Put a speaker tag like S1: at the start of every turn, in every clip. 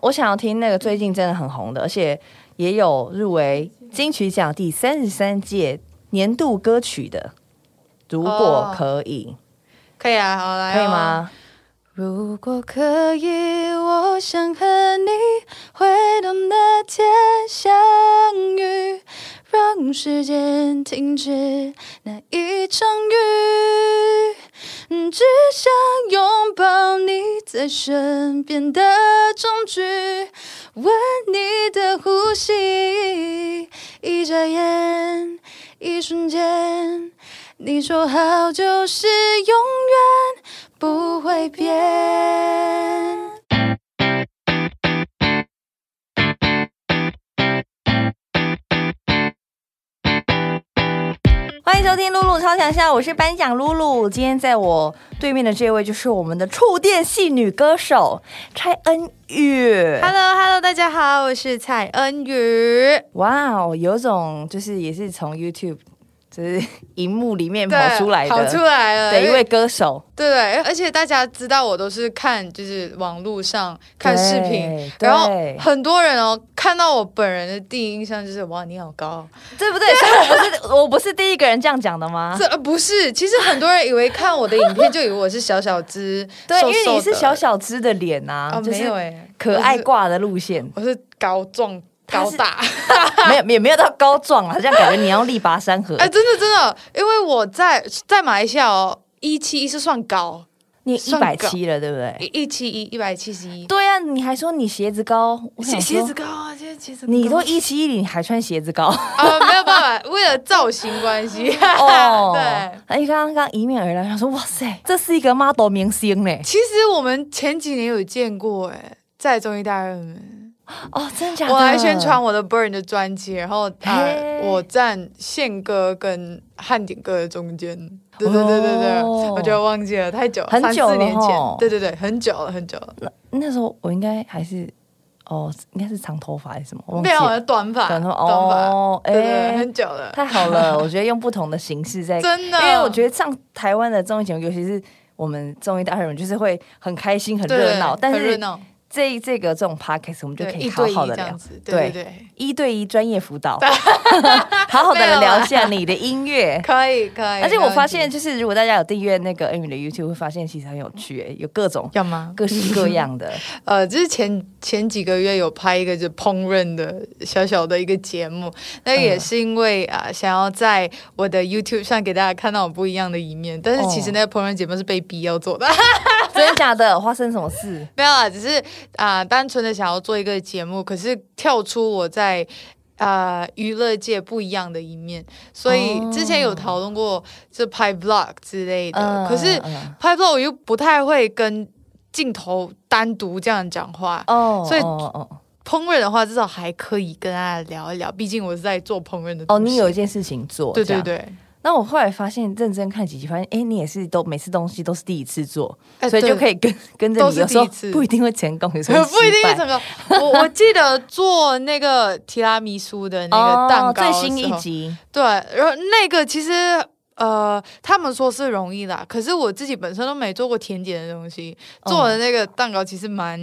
S1: 我想要听那个最近真的很红的，而且也有入围金曲奖第三十三届年度歌曲的。如果
S2: 哦
S1: 可以，
S2: 可以啊，好来、
S1: 可以？吗？
S2: 如果可以，我想和你回到那天相遇，让时间停止那一场雨，嗯只想拥抱你在身边的证据，闻你的呼吸，一眨眼，一瞬间。你说好就是永远不会变。
S1: 欢迎收听露露超强笑，我是颁奖露露。今天在我对面的这位就是我们的触电系女歌手蔡恩宇。
S2: Hello Hello，大家好，我是蔡恩宇。
S1: 哇哦，有种就是也是从 YouTube 就是荧幕里面跑
S2: 对
S1: 出来
S2: 跑
S1: 的
S2: 出来了，
S1: 的一
S2: 因
S1: 位
S2: 为
S1: 歌手，
S2: 对对，而且大家知道我都是看就是网络上看视频，
S1: 对
S2: 然后
S1: 对
S2: 很多人哦看到我本人的第一印象就是哇你好高，
S1: 对不对？所以我不是我不是第一个人这样讲的吗
S2: 这？呃不是，其实很多人以为看我的影片就以为我是小小只，
S1: 对，
S2: 瘦
S1: 因为你
S2: 瘦
S1: 是
S2: 的
S1: 小小只的脸
S2: 啊
S1: 啊，就
S2: 没有
S1: 是
S2: 哎，
S1: 可
S2: 我
S1: 爱
S2: 是
S1: 挂的路线，
S2: 我是高壮
S1: 他
S2: 高
S1: 是
S2: 大，
S1: 没有也没有到高壮啊，这样感觉你要力拔山河
S2: 哎、。真的真的，因为我在在马来西亚哦，一七一是算高，
S1: 你一
S2: 算
S1: 百
S2: 高
S1: 七了，对不对？
S2: 一一七一一百七十一，
S1: 对啊，你还说你鞋子高，我想
S2: 鞋
S1: 说
S2: 鞋子高啊，这鞋子高
S1: 你 都一七一零，你还穿鞋子高
S2: 啊、没有办法，为了造型关 系，对。
S1: 哎，刚刚刚迎面而来，我想说哇塞，这是一个 model 明 星欸嘞！
S2: 其实我们前几年有见过、哎，在综艺大热门，
S1: 哦，真假的？
S2: 我来宣传我的 Burn 的专辑，然后
S1: 嘿
S2: 呃，我站宪歌跟汉典歌的中间。对对对对对，
S1: 哦
S2: 我觉得忘记了太久了，
S1: 很久
S2: 三四
S1: 了
S2: 年
S1: 吼
S2: 前，对对对，很久了，很久了，
S1: 那时候我应该还是哦，应该是长头发还是什么？我忘记
S2: 没有
S1: 了。
S2: 短发，
S1: 短头
S2: 短发，
S1: 哦，
S2: 对对，
S1: 哎，
S2: 很久了，
S1: 太好 了！我觉得用不同的形式在，
S2: 真的，
S1: 因为我觉
S2: 得
S1: 得上台湾的综艺节目，尤其是我们综艺大热门，就是会很开心、很
S2: 对
S1: 热闹，但
S2: 很热
S1: 是
S2: 闹，
S1: 这这个这种 podcast 我们就
S2: 对
S1: 可以
S2: 一
S1: 好
S2: 对一
S1: 好的
S2: 这
S1: 聊
S2: 样。子，对对
S1: 对
S2: 对，
S1: 一对一专业辅导， 好好的聊一下你的音 乐。
S2: 可以可以。
S1: 而且
S2: 没
S1: 我
S2: 问
S1: 发
S2: 题
S1: 现，就是如果大家有订阅那个恩宇的 YouTube，会发现其实很有趣、欸，有各种
S2: 要吗？
S1: 各式各样的。
S2: 呃，就是前前几个月有拍一个就烹饪的小小的一个节目，那也是因为啊、想要在我的 YouTube 上给大家看到我不一样的一面，但是其实
S1: 哦
S2: 那个烹饪节目是被逼要做的，
S1: 真的假的？发生什么事？
S2: 没有啦，只是啊、单纯的想要做一个节目，可是跳出我在。啊、娱乐界不一样的一面，所以之前有讨论过就拍 vlog 之类的，
S1: 嗯，
S2: 呃可是
S1: 嗯嗯
S2: 拍 vlog 我又不太会跟镜头单独这样讲话，
S1: 哦，
S2: 所以
S1: 哦哦
S2: 烹饪的话，至少还可以跟大家聊一聊，毕竟我是在做烹饪的
S1: 哦，
S2: 东西
S1: 你有一件事情做，
S2: 对
S1: 这
S2: 对
S1: 样。
S2: 对，
S1: 那我后来发现，认真看几集，发现哎、诶你也是都每次东西都是第一次做，
S2: 哎
S1: 所以
S2: 对
S1: 就可以跟跟着
S2: 都
S1: 你，
S2: 是
S1: 有时候
S2: 第一次
S1: 不一定会成功，有 时候
S2: 不一定
S1: 失败
S2: 是什么。我我记得做那个提拉米苏的那
S1: 哦
S2: 个蛋糕、
S1: 最新一，集
S2: 对，然后那个其实。呃，他们说是容易啦，可是我自己本身都没做过甜点的东西，
S1: 嗯
S2: 做的那个蛋糕其实蛮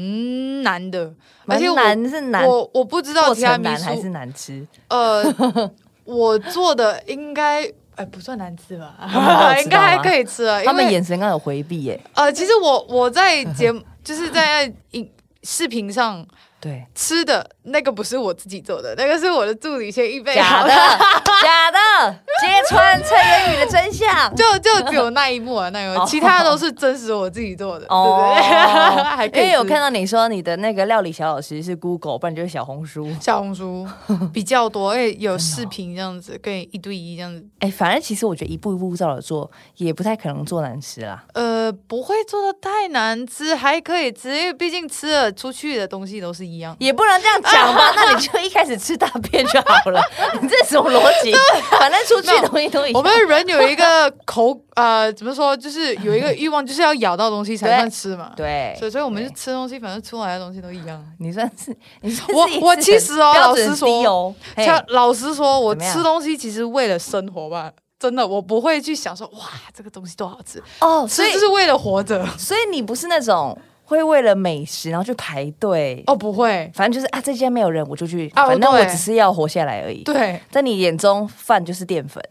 S2: 难的，
S1: 哦
S2: 而
S1: 蛮
S2: 且我
S1: 难是难，
S2: 我我不知道
S1: 过
S2: 提拉
S1: 程
S2: 米
S1: 难还是
S2: 苏，
S1: 难吃？
S2: 呃，我做的应该哎不算难吃吧
S1: 他们都有，吃
S2: 应该还
S1: 到吗
S2: 可以吃啊，因
S1: 他们
S2: 为
S1: 眼神刚有回避耶、
S2: 呃，其实我我在节目就是在影视频上
S1: 对，
S2: 吃的那个不是我自己做的，那个是我的助理先预备
S1: 假
S2: 好
S1: 的假的，揭穿蔡元宇的真相。
S2: 就就只有那一幕啊，那一幕，其他都是真实我自己做的，
S1: 哦
S2: 对不对？ 还可
S1: 因
S2: 以
S1: 为有看
S2: 到
S1: 到你说你的那个料理小老师是 Google，不然就是小红书。
S2: 小红书比较多，而且有
S1: 哦
S2: 视频这样子，跟一对一这样子，
S1: 哎、反正其实我觉得一步一步照着做，也不太可能做难吃啦。
S2: 呃，不会做的太难吃，还可以吃，因为毕竟吃了出去的东西都是一样。
S1: 也不能这样讲 吧？那你就一开始吃大便就好了。你这什么逻辑？反正出去的东西都一
S2: 啊我
S1: 样。
S2: 们人有一个口，呃，怎么说，就是有一个欲望，就是要咬到东西才
S1: 对
S2: 算吃嘛。
S1: 对，
S2: 所以，所以我们
S1: 对
S2: 就吃东西，反正出来的东西都一样。
S1: 你算是你算是
S2: 我
S1: 一次
S2: 我其实哦
S1: 标准
S2: 老实说
S1: 低哦嘿
S2: 像老实说，我
S1: 怎么样
S2: 吃东西其实为了生活吧，真的我不会去想说哇这个东西多好吃，
S1: 哦，
S2: 所
S1: 所以
S2: 以就是为了活着。
S1: 所以你不是那种会为了美食然后去排队，
S2: 哦，不会，
S1: 反正就是啊，这间没有人我就去，
S2: 哦
S1: 反正我
S2: 对
S1: 只是要活下来而已。
S2: 对，
S1: 在你眼中，饭就是淀粉，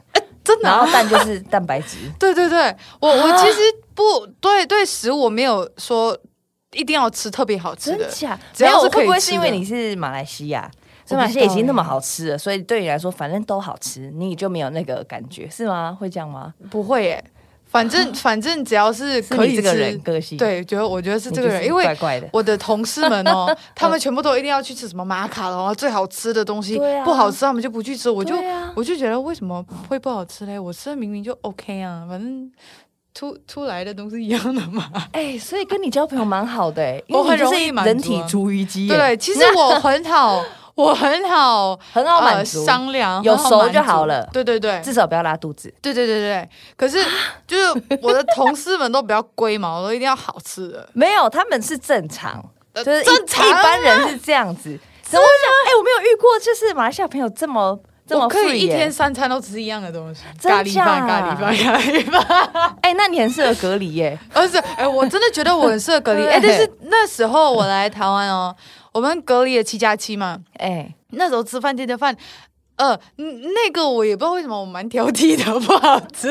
S2: 真的
S1: 然
S2: 啊、。
S1: 后蛋就是蛋白质
S2: 对对对，我
S1: 啊
S2: 我其实不对对食物我没有说一定要吃特别好吃
S1: 真
S2: 的，
S1: 假？
S2: 只
S1: 没
S2: 要
S1: 有，
S2: 是
S1: 会
S2: 可以
S1: 不会
S2: 吃
S1: 是因为
S2: 的
S1: 你是马来西亚，所
S2: 我
S1: 以马来
S2: 不知
S1: 西亚已
S2: 道
S1: 经那么
S2: 欸
S1: 好吃了，所以对你来说反正都好吃，你就没有那个感觉是吗？会这样吗？
S2: 不会耶。反 正反正只要是
S1: 是
S2: 可
S1: 你
S2: 以
S1: 这个
S2: 吃，
S1: 人个性，，
S2: 对，觉得我觉得是这个人，因
S1: 怪
S2: 为
S1: 怪的。
S2: 我的同事 们哦，他们全部都一定要去吃什么玛卡龙啊，最好吃的东西
S1: 对，啊
S2: 不好吃他们就不去吃，我就
S1: 对啊
S2: 我就觉得为什么会不好吃嘞？我吃的明明就 OK 啊，反正出出来的东西一样的嘛。
S1: 哎、所以跟你交朋友蛮好的、欸，因
S2: 我
S1: 为你
S2: 很
S1: 就
S2: 容
S1: 是
S2: 易满
S1: 人
S2: 足
S1: 体
S2: 啊
S1: 厨余机、欸，
S2: 对，其实我很好，我很好，
S1: 很好满
S2: 呃
S1: 足、
S2: 商量，
S1: 有
S2: 很好
S1: 熟
S2: 满
S1: 就
S2: 足
S1: 好了
S2: 对对对，
S1: 至少不要拉肚子。
S2: 对对对对。可是就是我的同事们都比较龟毛，都一定要好吃的。
S1: 没有，他们是正常，
S2: 呃
S1: 就是一
S2: 正常啊
S1: 一般人是这样子。怎么会想？哎、我没有遇过，就是马来西亚朋友这么这么
S2: 我可
S1: free
S2: 以一
S1: 耶
S2: 天。三餐都吃一样的东西，
S1: 真
S2: 咖喱饭、
S1: 假
S2: 咖喱饭、咖喱 饭。
S1: 哎、那你很适合隔离耶、
S2: 而且，哎，我真的觉得我很 适合隔离。哎，但是那时候我来台湾哦，我们隔离了七加七嘛，
S1: 哎、
S2: 那时候吃饭店的饭，呃，嗯那个我也不知道为什么我蛮挑剔的，不好吃。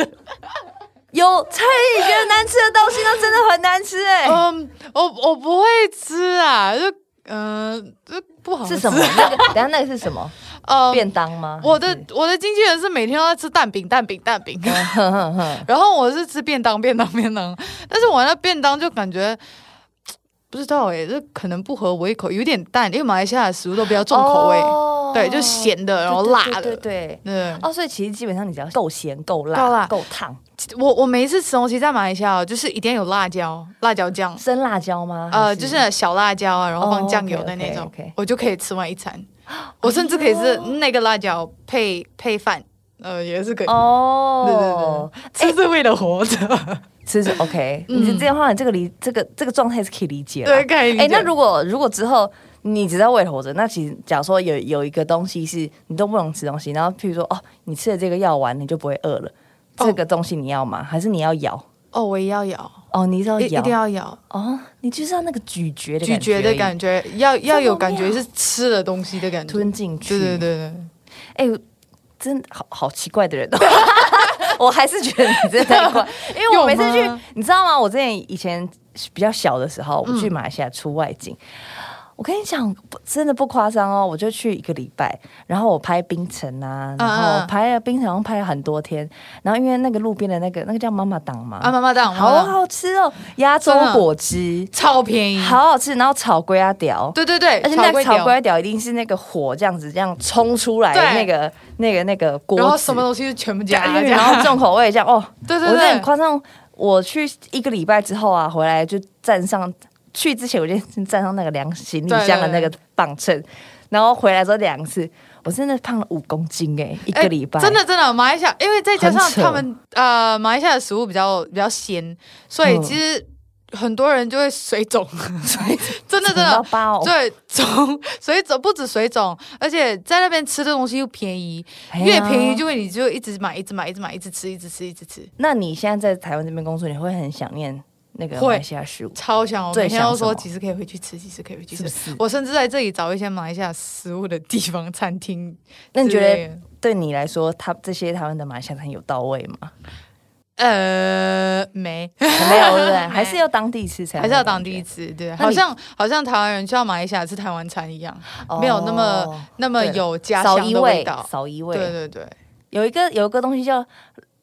S1: 有蔡依觉得难吃的东西，那真的很难吃哎、
S2: 嗯，我我不会吃啊，就嗯、这不好吃
S1: 是什么？
S2: 啊
S1: 那个，等一下那个是什么？
S2: 呃
S1: 便当吗？
S2: 我的
S1: 还是
S2: 我的经纪人是每天都在吃蛋饼、蛋饼、蛋 饼，
S1: 哼
S2: 哦
S1: 哼哼，
S2: 然后我是吃便当、便当、便当，但是我那便当就感觉。不知道欸诶、这可能不合胃口，有点淡，因为马来西亚的食物都比较重口味，
S1: 哦
S2: 对，就咸的，然后
S1: 对
S2: 辣
S1: 对
S2: 的，
S1: 对对对
S2: 对
S1: 哦，所以其实基本上你只要够咸、够
S2: 够
S1: 辣、
S2: 辣
S1: 够烫，
S2: 我我每一次吃东西在马来西亚哦，就是一定要有辣椒、辣椒酱，
S1: 生辣椒吗？还
S2: 呃，就是那小辣椒啊，然后
S1: 啊哦
S2: 放酱油
S1: ，OK，OK，
S2: 的那种
S1: OK
S2: 我就可以吃完 一餐。我甚至可以是那个辣椒配配饭，呃，也是可以。哎
S1: 哦，对对对，
S2: 吃是为了活着，
S1: 其实 OK，、你是这样的话，你这个理这个这个状态是可以理解的。
S2: 嗯对，可以理解。
S1: 哎、那如果如果之后你只是要为了活着，那其实假如说有有一个东西是你都不能吃东西，然后譬如说哦，你吃了这个药丸，你就不会饿了，
S2: 哦
S1: 这个东西你要吗？还是你要咬？
S2: 哦，我也要咬，
S1: 哦，你是要
S2: 一一
S1: 咬
S2: 定要咬，
S1: 哦，你就是要那个咀嚼的
S2: 咀
S1: 感觉
S2: 嚼的
S1: 而已
S2: 感觉，要
S1: 这
S2: 要
S1: 么
S2: 有感
S1: 妙
S2: 觉是吃了东西的感觉。
S1: 吞进去。
S2: 对对对对，
S1: 哎、真的好好奇怪的人、哦。 我还是觉得你真的太怪，因为我每次
S2: 有
S1: 去
S2: 吗，嗯
S1: 你知道吗？我之前以前比较小的时候，我去马来西亚出外景，我跟你讲，不真的不夸张哦，我就去一个礼拜，然后我拍冰城啊，然
S2: 嗯
S1: 后
S2: 嗯
S1: 拍了冰城，然后拍了很多天，然后因为那个路边的那个那个叫妈妈档嘛，
S2: 啊，妈妈档，妈
S1: 好
S2: 妈档
S1: 好吃哦，鸭粥
S2: 真的
S1: 果汁，
S2: 超便宜。
S1: 好好吃，然后炒龟鸭条，
S2: 对对对，
S1: 而且那个
S2: 炒
S1: 炒
S2: 粿条
S1: 龟条一定是那个火这样子这样冲出来的
S2: 对
S1: 那个那个那个锅子，
S2: 然后什么东西就全部加，这
S1: 然
S2: 样
S1: 后重口味这样哦，
S2: 对
S1: 我
S2: 对
S1: 真的很
S2: 对，
S1: 夸张。我去一个礼拜之后啊，回来就站上去之前我就先站上那个量行李箱的那个磅秤，然后回来之后两次，我真的胖了五公斤哎、一
S2: 哎
S1: 个礼拜
S2: 真的真的，马来西亚，因为再加上
S1: 很扯
S2: 他们呃，马来西亚的食物比较比较咸，所以
S1: 嗯
S2: 其实很多人就会水肿， 真的真
S1: 到
S2: 的。
S1: 爆哦，
S2: 对，肿水肿不止水肿，而且在那边吃的东西又便宜，
S1: 哎呀
S2: 越便宜就会你就一直买，一直买，一直买，一直吃，一直吃，一直吃，
S1: 那你现在在台湾这边工作，你会很想念那个马
S2: 会
S1: 来西亚食物，
S2: 超想！我
S1: 最
S2: 每天都
S1: 想什么
S2: 说几时可以回去吃，几时可以回去
S1: 是不。
S2: 吃
S1: 是？
S2: 我甚至在这里找一些马来西亚食物的地方餐厅
S1: 那你
S2: 之
S1: 觉
S2: 类
S1: 得
S2: 的。
S1: 对你来说，他这些台湾的马来西亚餐有到位吗？
S2: 呃，没，
S1: 没有，对不对？还是要当地吃才
S2: 还
S1: 会有感觉，
S2: 是要当地吃，对，
S1: 那
S2: 好
S1: 你
S2: 像好像台湾人去到马来西亚吃台湾餐一样，
S1: 哦
S2: 没有那么那么
S1: 对
S2: 有家
S1: 少
S2: 乡
S1: 一
S2: 的味
S1: 味
S2: 道，。
S1: 少一
S2: 对
S1: 味。
S2: 对对，
S1: 有一个有一个东西叫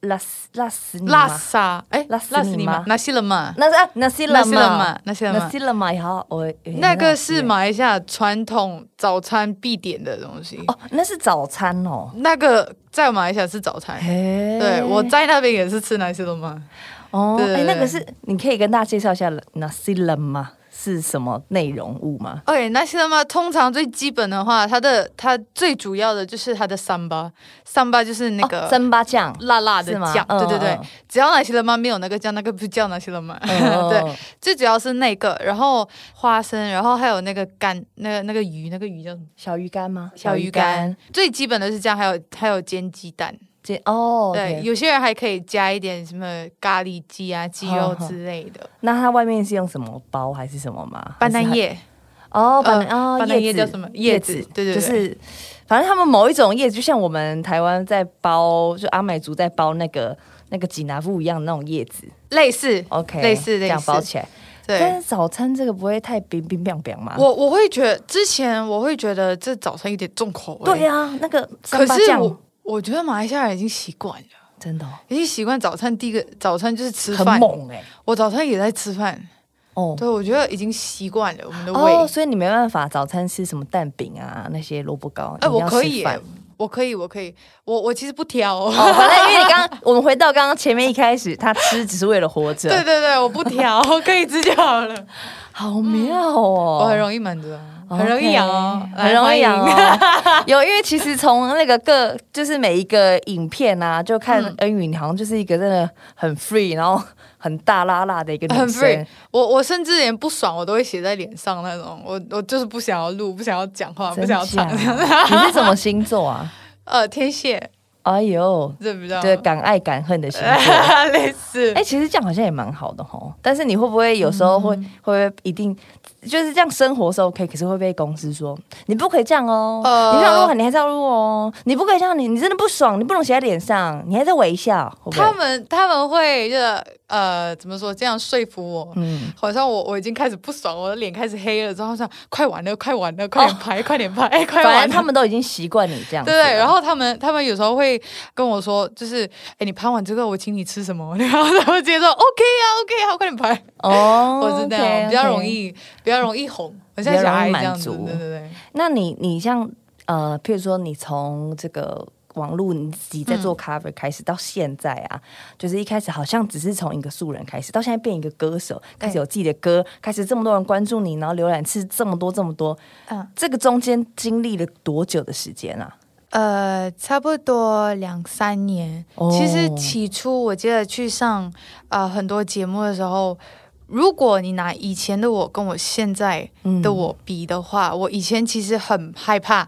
S1: 拉斯拉斯尼
S2: 辣
S1: 吗？
S2: 沙，哎，
S1: 辣
S2: 辣
S1: 死
S2: 死
S1: 你
S2: 你
S1: 吗
S2: 吗？那西了吗？
S1: 那是啊，那西
S2: 那
S1: 勒
S2: 西了吗
S1: 嘛，？
S2: 那西了
S1: 那
S2: 吗
S1: 西？勒嘛，然后我
S2: 那个是
S1: 吗？
S2: 马来西亚传统早餐必点的东西，
S1: 哦，那是早餐哦。
S2: 那个在马来西亚是早餐。
S1: 嘿
S2: 对，我在那边也是吃那西了吗？
S1: 哦，
S2: 对对
S1: 哎，
S2: 对
S1: 那个是你可以跟大家介绍一下那西勒嘛是什么内容物吗？
S2: OK，那现在嘛，通常最基本的话，它的它最主要的就是它的三巴，三巴就是那个
S1: 哦三八酱，
S2: 辣辣的
S1: 是吗
S2: 酱，
S1: 嗯
S2: 对对对
S1: 嗯，
S2: 只要那些了吗？没有那个酱，那个不叫那些了吗？
S1: 嗯
S2: 对，，最主要是那个，然后花生，然后还有那个干，那个那个鱼，那个鱼叫什么？
S1: 小鱼干吗？
S2: 小鱼干，最基本的是这样，还有还有煎鸡蛋，
S1: 这哦，
S2: 对，
S1: OK
S2: 有些人还可以加一点什么咖喱鸡啊、鸡肉之类 的。
S1: 那它外面是用什么包还是什么吗？
S2: 斑丹叶，
S1: 哦，板
S2: 呃
S1: 啊，
S2: 板南叶
S1: 子
S2: 叫什么
S1: 叶
S2: 叶子对对对
S1: 就是反正他们某一种叶子，就像我们台湾在包，就阿美族在包那个那个吉拿富一样的那种叶子
S2: 类似
S1: ，OK，
S2: 类似
S1: 这
S2: 类
S1: 样包
S2: 似。
S1: 起来。但
S2: 对，
S1: 是早餐这个不会太冰冰凉凉吗？
S2: 我我会觉得之前我会觉得这早餐有点重口味，
S1: 对、呀，那个
S2: 可
S1: 三八
S2: 是
S1: 酱
S2: 我我觉得马来西亚人已经习惯了，
S1: 真的哦
S2: 已经习惯早餐第一个早餐就是吃
S1: 很
S2: 饭，
S1: 猛哎，
S2: 我早餐也在吃饭，
S1: 哦
S2: 对我觉得已经习惯了我们的胃。
S1: 哦，所以你没办法早餐吃什么蛋饼啊那些萝卜糕，
S2: 哎、
S1: 你
S2: 我
S1: 要
S2: 可
S1: 吃
S2: 以耶、
S1: 饭
S2: 我可以，我可以，我我其实不挑、
S1: 哦，反正因为你刚刚我们回到刚刚前面一开始，他吃只是啊为了活着，
S2: 对对对，我不挑，可以吃就好了。
S1: 好妙哦，
S2: 我很容易满足啊，很容易养哦
S1: OK，
S2: 来
S1: 很容易养
S2: 欢迎
S1: 哦。有，因为其实从那个各就是每一个影片啊，就看
S2: 嗯
S1: 恩宇，你好像就是一个真的很 free，然后很大拉拉的一个女
S2: 很 free
S1: 生。。
S2: 我我甚至连不爽我都会写在脸上那种，我我就是不想要录，不想要讲话，不
S1: 真
S2: 想
S1: 假
S2: 要唱。
S1: 你是什么星座啊？
S2: 呃，天蝎，
S1: 哎 呦，
S2: 知不知道？
S1: 对，敢爱敢恨的星座。
S2: 类似。
S1: 哎、其实这样好像也蛮好的吼。但是你会不会有时候
S2: 嗯
S1: 会、会不会一定就是这样生活是 OK，可是会被公司说你不可以这样哦，
S2: 呃
S1: 你不想录你还是要录哦，你不可以这样，你你真的不爽，你不能写在脸上，你还在微笑，会不会
S2: 他们他们会就是呃怎么说这样说服我，
S1: 嗯，
S2: 好像我我已经开始不爽，我的脸开始黑了，之后他说快完了，快完了，快点拍，快点拍，哎快
S1: 反
S2: 完
S1: 哦正他
S2: 了。
S1: 们都已经习惯你这样子
S2: 对
S1: 了，
S2: 对，然后他们他们有时候会跟我说，就是哎、你拍完这个，我请你吃什么？ 然后他们直接说 OK 啊，OK 啊，快点拍。
S1: 哦，
S2: 我知道
S1: OK，OK
S2: 比较容。易比较容易红。我现在小孩这样子，
S1: 比较容易满足
S2: 对对对，
S1: 那你你像呃，譬如说你从这个。网络你自己在做
S2: 嗯
S1: cover 开始、到现在啊，就是一开始好像只是从一个素人开始，到现在变一个歌手，开始有自己的歌，开始这么多人关注你，然后浏览次这么多这么多，
S2: 嗯
S1: 这个中间经历了多久的时间啊？
S2: 呃，差不多两三年。
S1: 哦
S2: 其实起初我记得去上呃很多节目的时候。如果你拿以前的我跟我现在
S1: 嗯
S2: 的
S1: 哦
S2: 我比的话，我以前其实很害怕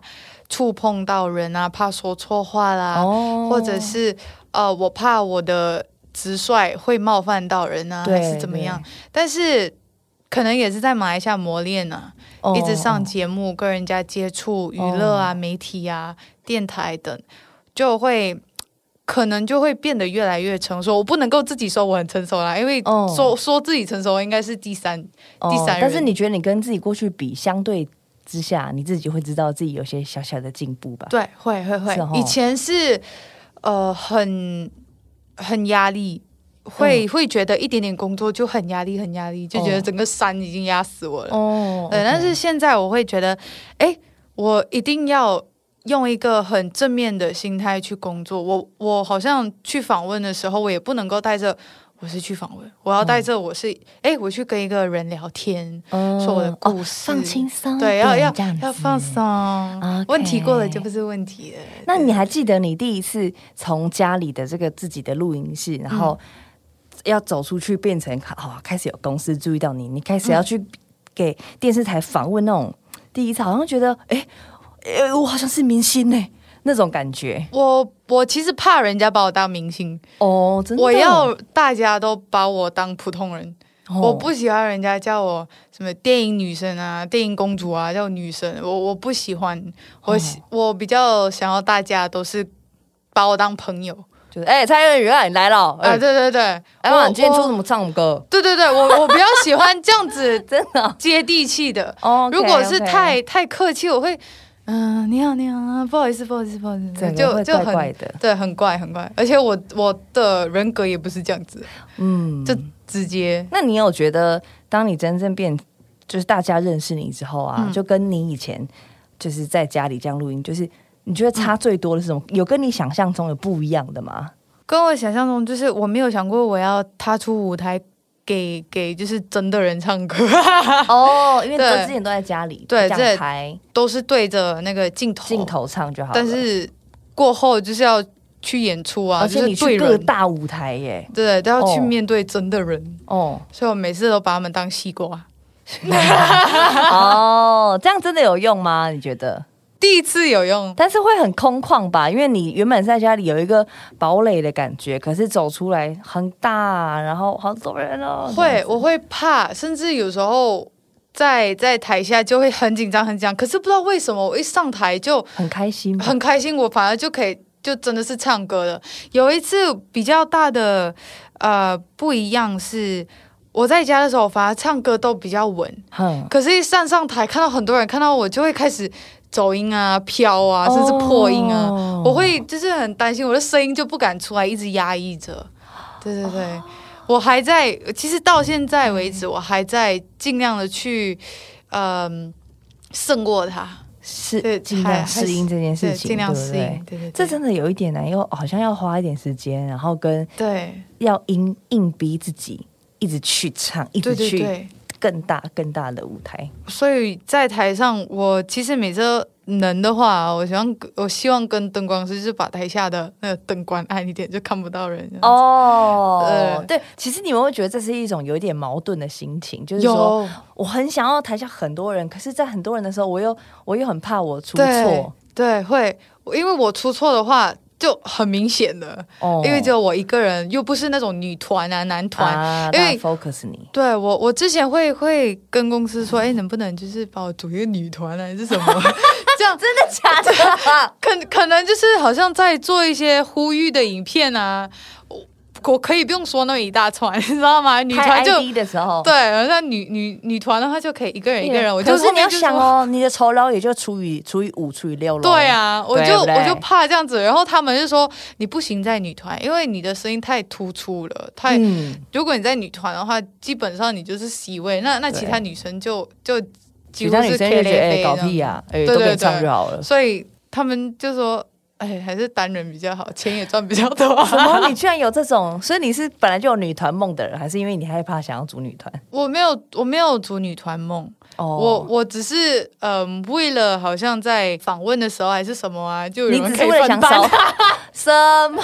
S2: 触碰到人啊，怕说错话啦，
S1: 哦
S2: 啊或者是呃，我怕我的直率会冒犯到人啊，
S1: 对
S2: 还是怎么样？但是可能也是在马来西亚磨练啊，
S1: 哦
S2: 一直上节目，跟人家接触娱乐啊、媒体啊、电台等，就会。可能就会变得越来越成熟。我不能够自己说我很成熟啦，因为
S1: 哦
S2: 说、说自己成熟应该是第三
S1: 哦
S2: 第三人
S1: 但是你觉得你跟自己过去比，相对之下，你自己会知道自己有些小小的进步吧？
S2: 对，会会会。
S1: 是哦
S2: 以前是呃很很压力，会、会觉得一点点工作就很压力，很压力，就觉得
S1: 嗯哦
S2: 整个山已经压死我了。
S1: 哦
S2: 对，但
S1: OK
S2: 是现在我会觉得，哎，我一定要。用一个很正面的心态去工作，我我好像去访问的时候，我也不能够带着我是去访问，我要带着我是哎、我去跟一个人聊天，
S1: 嗯
S2: 说我的故
S1: 哦
S2: 事
S1: 放轻松一点，
S2: 对，要要
S1: 这样子
S2: 要放。松。
S1: OK
S2: 问题过了就不是问题了。
S1: 那你还记得你第一次从家里的这个自己的露营室，然后
S2: 嗯
S1: 要走出去，变成好、开始有公司注意到你，你开始
S2: 嗯
S1: 要去给电视台访问那种第一次，好像觉得哎、诶我好像是明星呢、那种感觉
S2: 我我其实怕人家把我当明星，
S1: 哦，真的，
S2: 我要大家都把我当普通人。
S1: 哦
S2: 我不喜欢人家叫我什么电影女神啊、电影公主啊，叫我女神，我我不喜欢。我喜、
S1: 哦
S2: 我比较想要大家都是把我当朋友
S1: 就是哎、蔡恩宇啊，你来了，哎、
S2: 啊！对对对，
S1: 哎、
S2: 我
S1: 你今天出
S2: 我
S1: 什么唱什么 歌？
S2: 对对对，我我比较喜欢这样子
S1: 真的哦
S2: 接地气的。
S1: 哦，OK，
S2: 如果是
S1: OK
S2: 太太客气，我会，嗯、你好，你好啊，不好意思，不好意思，不好意思，
S1: 整个
S2: 就
S1: 会
S2: 就
S1: 怪
S2: 很
S1: 怪的，
S2: 对，很怪，很怪。而且我我的人格也不是这样子，
S1: 嗯，
S2: 就直接。
S1: 那你有觉得，当你真正变，就是大家认识你之后啊，
S2: 嗯
S1: 就跟你以前就是在家里这样录音，就是你觉得差最多的是什
S2: 嗯
S1: 么？有跟你想象中有不一样的吗？
S2: 跟我想象中，就是我没有想过我要踏出舞台给给就是真的人唱歌，
S1: 哦，因为
S2: 对
S1: 都之前都在家里，
S2: 对
S1: 这样拍
S2: 都是对着那个镜头。
S1: 镜，头唱就好了。
S2: 但，是过后就是要去演出啊，
S1: 而且
S2: 就是
S1: 你
S2: 对
S1: 去各
S2: 人，
S1: 大舞台耶，
S2: 对，都要去
S1: 哦
S2: 面对真的人，
S1: 哦
S2: 所以我每次都把他们当西瓜。
S1: 哦，这样真的有用吗？你觉得？
S2: 第一次有用，
S1: 但是会很空旷吧？因为你原本在家里有一个堡垒的感觉，可是走出来很大，然后好多人哦。
S2: 会我会怕，甚至有时候在在台下就会很紧张很紧张，可是不知道为什么我一上台就
S1: 很开心吧，
S2: 很开心，我反而就可以就真的是唱歌了。有一次比较大的呃不一样是，我在家的时候反而唱歌都比较稳，
S1: 很
S2: 可是一上上台看到很多人看到我就会开始走音啊、飘啊，甚至破音啊。
S1: 哦
S2: 我会就是很担心我的声音就不敢出来，一直压抑着。对对对，我还在，其实到现在为止，我还在尽量的去，嗯、胜过它，对
S1: 适尽
S2: 还
S1: 量
S2: 还
S1: 适应
S2: 是
S1: 这件事
S2: 对，
S1: 情，
S2: 尽量
S1: 对不
S2: 适
S1: 对
S2: 应，对对对，
S1: 这真的有一点难，又好像要花一点时间，然后跟
S2: 对
S1: 要硬硬逼自己一直去唱，一直
S2: 对对
S1: 去
S2: 对。
S1: 更大更大的舞台。
S2: 所以在台上，我其实每次能的话，我希望我希望跟灯光师就是把台下的那个灯关暗一点，就看不到人。哦，
S1: 哦
S2: 呃
S1: 对，其实你们会觉得这是一种有一点矛盾的心情，就是说
S2: 有
S1: 我很想要台下很多人，可是，在很多人的时候，我又我又很怕我出
S2: 对
S1: 错，
S2: 对会，因为我出错的话就很明显的，
S1: 哦
S2: 因为只有我一个人，又不是那种女团啊、男团，
S1: 啊，
S2: 因
S1: 因
S2: 为
S1: 为 focus 你，
S2: 对我，我之前会会跟公司说，哎，能不能就是把我组一个女团啊还是什么？ 这样
S1: 真的假的？
S2: 可可能就是好像在做一些呼吁的影片啊，我我可以不用说那么一大串， 你知道吗？女
S1: 拍
S2: 团就
S1: ID 的时候，
S2: 对，好像女女女团的话就可以一个人一个人，我就
S1: 啊可是
S2: 后
S1: 你要
S2: 面就
S1: 想
S2: 说。
S1: 哦，你的酬劳也就除以除以五除以六了。
S2: 对，啊，我
S1: 对
S2: 就
S1: 不对
S2: 我就怕这样子，然后他们就说你不行在女团，因为你的声音太突出了，太、
S1: 嗯，
S2: 如果你在女团的话，基本上你就是 C 位，那那
S1: 对
S2: 其他女生就就几
S1: 其
S2: 乎
S1: 他
S2: 是
S1: 女生
S2: K
S1: 就觉
S2: 类
S1: 得哎
S2: 杯
S1: 搞
S2: 这样
S1: 屁啊，哎
S2: 对
S1: 都给
S2: 对
S1: 你唱
S2: 对
S1: 就好了。
S2: 所以他们就说，哎，还是单人比较好，钱也赚比较 多。
S1: 怎么你居然有这种？所以你是本来就有女团梦的人，还是因为你害怕想要组女团？
S2: 我没有，我没有组女团梦，
S1: 哦，
S2: 我我只是嗯、为了好像在访问的时候还是什么啊，就有
S1: 你
S2: 人
S1: 只
S2: 可
S1: 是
S2: 以
S1: 为了想
S2: 分
S1: 少
S2: 担，
S1: 什么？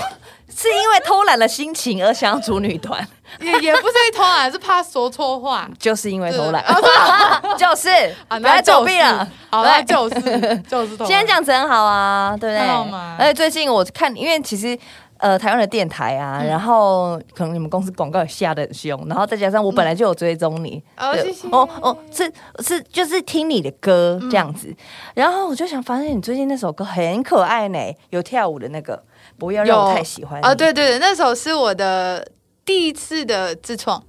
S1: 是因为偷懒的心情而想要组女团，
S2: 也也不是偷懒，是怕说错 话。
S1: 就是因为
S2: 对
S1: 偷懒，
S2: 啊
S1: 就是
S2: 啊，
S1: 不要
S2: 那
S1: 作
S2: 就是
S1: 弊了。，
S2: 好，那
S1: 对
S2: 就是就是 偷
S1: 今
S2: 懒
S1: 天这样子很好啊，对不对
S2: 很好啊嘛？
S1: 而且最近我看，因为其实。呃，台湾的电台啊，
S2: 嗯
S1: 然后可能你们公司广告也下的很凶，然后再加上我本来就有追踪你，
S2: 哦
S1: 对
S2: 谢谢
S1: 哦哦，是是就是听你的歌这
S2: 嗯
S1: 样子，然后我就想发现你最近那首歌很可爱呢，有跳舞的那个，不要让我
S2: 有
S1: 太喜欢你
S2: 啊，对对对，那首是我的第一次的自创，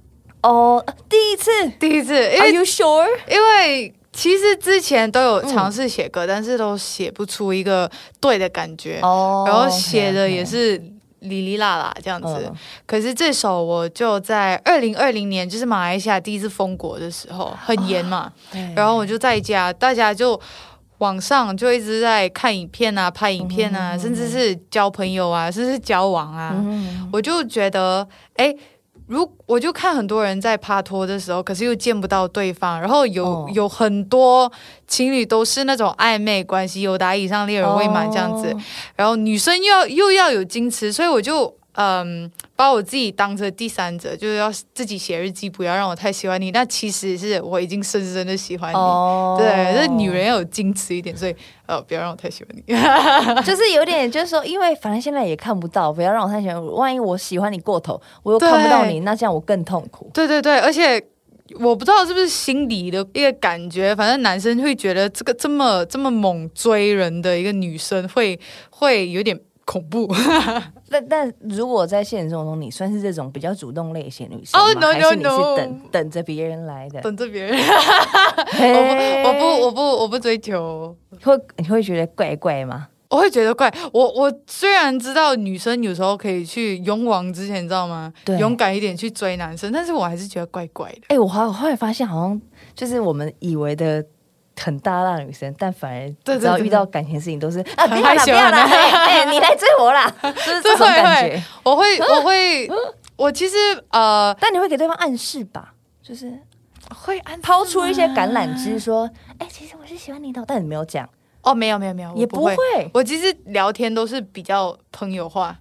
S1: 哦，第一次
S2: 第一次，因
S1: ，Are
S2: 为
S1: you sure？
S2: 因为其实之前都
S1: 嗯
S2: 有尝试写歌，但是都写不出一个对的感觉，
S1: 哦
S2: 然后写的也是哩哩啦啦这样子。
S1: 嗯
S2: 可是这首我就在二零二零年，就是马来西亚第一次封国的时候，很严
S1: 啊
S2: 嘛，然后我就在家，大家就。网上就一直在看影片啊，拍影片啊，甚至是交朋友啊，甚至是交往啊。
S1: 嗯
S2: 我就觉得，哎，如我就看很多人在爬拖的时候，可是又见不到对方，然后有、
S1: 哦
S2: 有很多情侣都是那种暧昧关系，有达以上恋人未满这样子，
S1: 哦
S2: 然后女生又要又要有矜持，所以我就。嗯，把我自己当成第三者，就是要自己写日记，不要让我太喜欢你。那其实是我已经深深的喜欢你，
S1: 哦
S2: 对，那女人要有矜持一点，所以呃，不要让我太喜欢你。
S1: 就是有点，就是说，因为反正现在也看不到，不要让我太喜欢。万一我喜欢你过头，我又
S2: 对
S1: 看不到你，那这样我更痛苦。
S2: 对对对，而且我不知道是不是心理的一个感觉，反正男生会觉得这个这么这么猛追人的一个女生会会有点恐怖。
S1: 但但如果在现实生活中，你算是这种比较主动类型的女生吗
S2: 哦，no，no，
S1: 还是你
S2: no
S1: 是等等着别人来的？
S2: 等着别人，
S1: 嘿
S2: 我不我不我不追求，
S1: 会你会觉得怪怪吗？
S2: 我会觉得怪。我我虽然知道女生有时候可以去勇往直前，你知道吗？
S1: 对
S2: 勇敢一点去追男生，但是我还是觉得怪怪的。
S1: 哎、我还我后来发现，好像就是我们以为的。很大辣的女生，但反而
S2: 对对
S1: 只要
S2: 对
S1: 遇到感情的事情都是啊，不
S2: 很
S1: 要
S2: 害
S1: 啦，不
S2: 羞
S1: 要啦，
S2: 很害羞
S1: 哎、哎你来追我啦，就是 这种
S2: 对
S1: 感觉。
S2: 我 会我会我其实呃
S1: 但你会给对方暗示吧？就是
S2: 会按
S1: 抛出一些橄榄枝，说：“哎、其实我是喜欢你的哦。”但你没有讲，
S2: 哦没有没有没有，我
S1: 也
S2: 不
S1: 不会。
S2: 我其实聊天都是比较朋友化，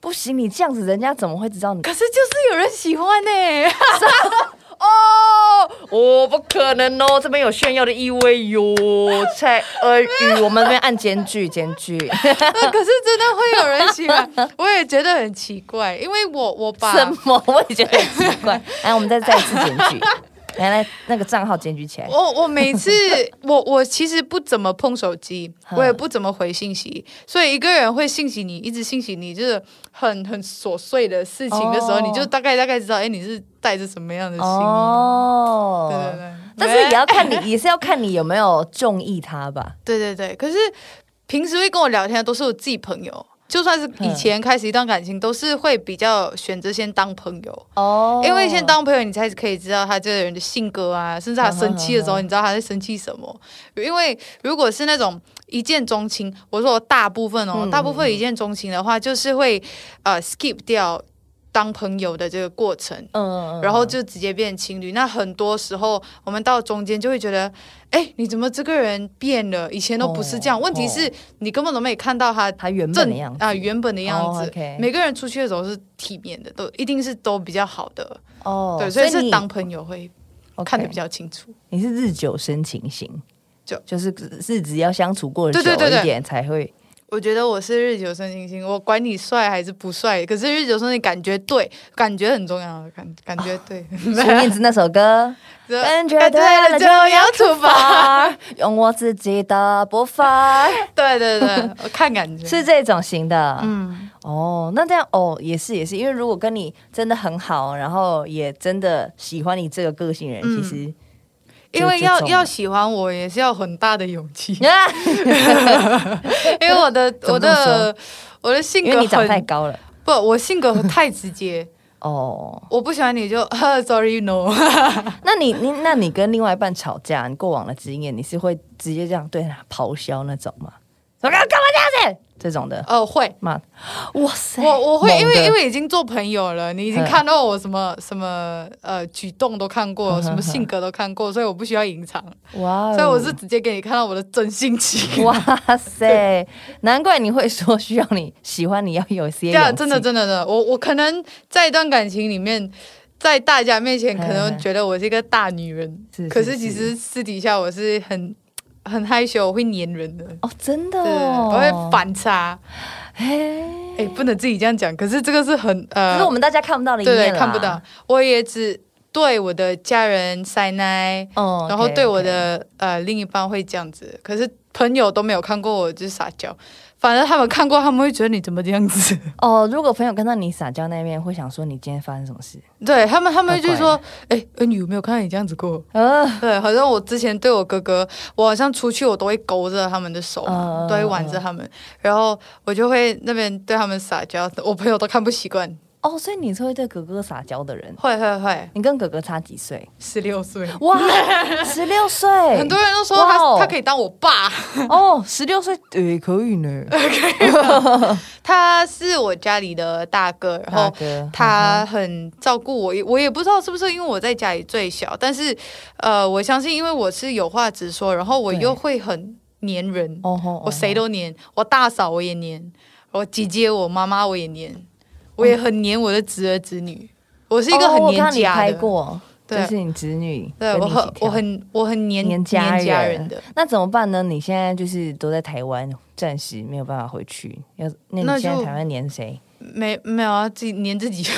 S1: 不行，你这样子，人家怎么会知道你？
S2: 可是就是有人喜欢呢、
S1: 哦，我、不可能哦，这边有炫耀的意味 哟。蔡耳语，我们这边按间距，间距，
S2: 可是真的会有人喜欢，我也觉得很奇怪，因为我我 把
S1: 什么？我也觉得很奇 怪。来，我们再再一次检举，来来那个账号检举起来。
S2: 我我每次我我其实不怎么碰手 机，我也
S1: 嗯
S2: 不怎么回信息，所以一个人会信息你，一直信息你，就是很很琐碎的事情的时候，
S1: 哦
S2: 你就大概大概知道，哎，你是带着什么样的心意。
S1: 哦，
S2: 对对对，
S1: 但是也要看你，也是要看你有没有中意他吧。
S2: 对对对，可是平时会跟我聊天的都是我自己朋友，就算是
S1: 嗯
S2: 以前开始一段感情，都是会比较选择先当朋友，
S1: 哦
S2: 因为先当朋友，你才可以知道他这个人的性格啊，甚至他生气的时
S1: 嗯
S2: 候，你知道他在生气什么。因为如果是那种一见钟情，我说我大部分哦，
S1: 嗯
S2: 大部分一见钟情的话，就是会呃 skip 掉当朋友的这个过程。
S1: 嗯
S2: 然后就直接变情侣。那很多时候，我们到中间就会觉得，哎，你怎么这个人变了？以前都不是这样。
S1: 哦
S2: 问题是、你根本都没看到他
S1: 他原本
S2: 正
S1: 的样子
S2: 啊、原本的样子。
S1: 哦，OK
S2: 每个人出去的时候是体面的，都一定是都比较好的。
S1: 哦
S2: 对，所以是
S1: 你
S2: 当朋友会
S1: OK
S2: 看得比较清楚。
S1: 你是日久生情型，
S2: 就
S1: 就是日子要相处过久
S2: 对对对对
S1: 一点才会
S2: 我觉得我是日久生情型，我管你帅还是不帅，可是日久生情感觉对，感觉很重要，感感觉对。
S1: 孙燕姿那首歌
S2: 这
S1: 感觉
S2: 哎
S1: 对
S2: 对
S1: 了
S2: 了
S1: 就
S2: 就要出发。
S1: ，Far，用我自己的步伐，
S2: 对对 对，我看感觉
S1: 是这种型的。
S2: 嗯。
S1: 哦，那这样哦，也是也是，因为如果跟你真的很好，然后也真的喜欢你这个个性人，
S2: 嗯
S1: 其实
S2: 因为
S1: 就
S2: 要
S1: 这种
S2: 要喜欢我也是要很大的勇气，
S1: 啊，
S2: 因为我的
S1: 么
S2: 我的我的 性
S1: 因为
S2: 格
S1: 你长太
S2: 很
S1: 高了。
S2: 不，我性格太直接，
S1: 哦，
S2: 我不喜欢你就 sorry no，
S1: 那你你那你跟另外一半吵架，你过往的经验，你是会直接这样对他咆哮那种吗？我干干嘛这样子？这种的
S2: 呃会，
S1: 骂，哇塞，
S2: 我我会因
S1: 猛
S2: 为
S1: 的
S2: 因为已经做朋友了，你已经
S1: 嗯
S2: 看到我什么什么呃举动都看过，
S1: 嗯
S2: 什么性格都看过，所以我不需要隐藏，
S1: 哇哦，
S2: 所以我是直接给你看到我的真性
S1: 嗯
S2: 情。
S1: 哇塞，难怪你会说需要你喜欢你要有一些
S2: 对
S1: 勇
S2: 啊，
S1: 气
S2: 真的真的真的，我我可能在一段感情里面，在大家面前可能觉得我是一个大女人，
S1: 是是
S2: 可是其实私底下我是很很害羞，我会黏人的，
S1: 哦，真的
S2: 对，
S1: 哦，
S2: 我会反差。
S1: 哎，
S2: 哎，不能自己这样讲，可是这个是很
S1: 这
S2: 呃
S1: 是我，们大家看不到的一
S2: 对
S1: 面
S2: 对，
S1: 啦
S2: 看不到，，我也只对我的家人塞奶，
S1: 嗯
S2: 然后
S1: OK，
S2: 对我
S1: OK
S2: 的呃另一半会这样子，可是朋友都没有看过我就是撒娇，反正他们看过，他们会觉得你怎么这样 子。
S1: 哦，如果朋友看到你撒娇那面，会想说你今天发生什么事？
S2: 对他们，他们就
S1: 怪怪
S2: 说：“哎、呃你有没有看到你这样子过
S1: 呃，？”
S2: 对，好像我之前对我哥哥，我好像出去我都会勾着他们的手嘛，
S1: 嗯
S2: 都会挽着他们，然后我就会那边对他们撒娇，我朋友都看不 习惯。
S1: 哦，所以你是会对哥哥撒娇的人。
S2: 会会会，
S1: 你跟哥哥差几岁？
S2: 十六岁，
S1: 哇，十六岁，
S2: 很多人都说
S1: 哇哦
S2: 他他可以当我爸，
S1: 哦，十六岁也可以呢。
S2: 他是我家里的大哥，然
S1: 大
S2: 后
S1: 哥，嗯
S2: 他很照顾我，也我也不知道是不是因为我在家里最小，但是呃，我相信因为我是有话直说，然后我
S1: 对
S2: 又会很黏人，
S1: 哦吼，
S2: 我谁
S1: 都
S2: 都黏，我大嫂我也黏，我姐姐、我妈妈我也黏，我也很黏我的侄儿侄女。我是一个很
S1: 哦我
S2: 黏
S1: 看你
S2: 家
S1: 拍
S2: 的，
S1: 过，就
S2: 对
S1: 是你侄女
S2: 对
S1: 跟你
S2: 我
S1: 一起
S2: 很
S1: 跳
S2: 我很我很黏
S1: 黏家
S2: 黏
S1: 人
S2: 人的，
S1: 那怎么办呢？你现在就是都在台湾，暂时没有办法回去。要那
S2: 那
S1: 你
S2: 就
S1: 现在台湾黏谁？
S2: 没没有啊，自己黏自己，
S1: 什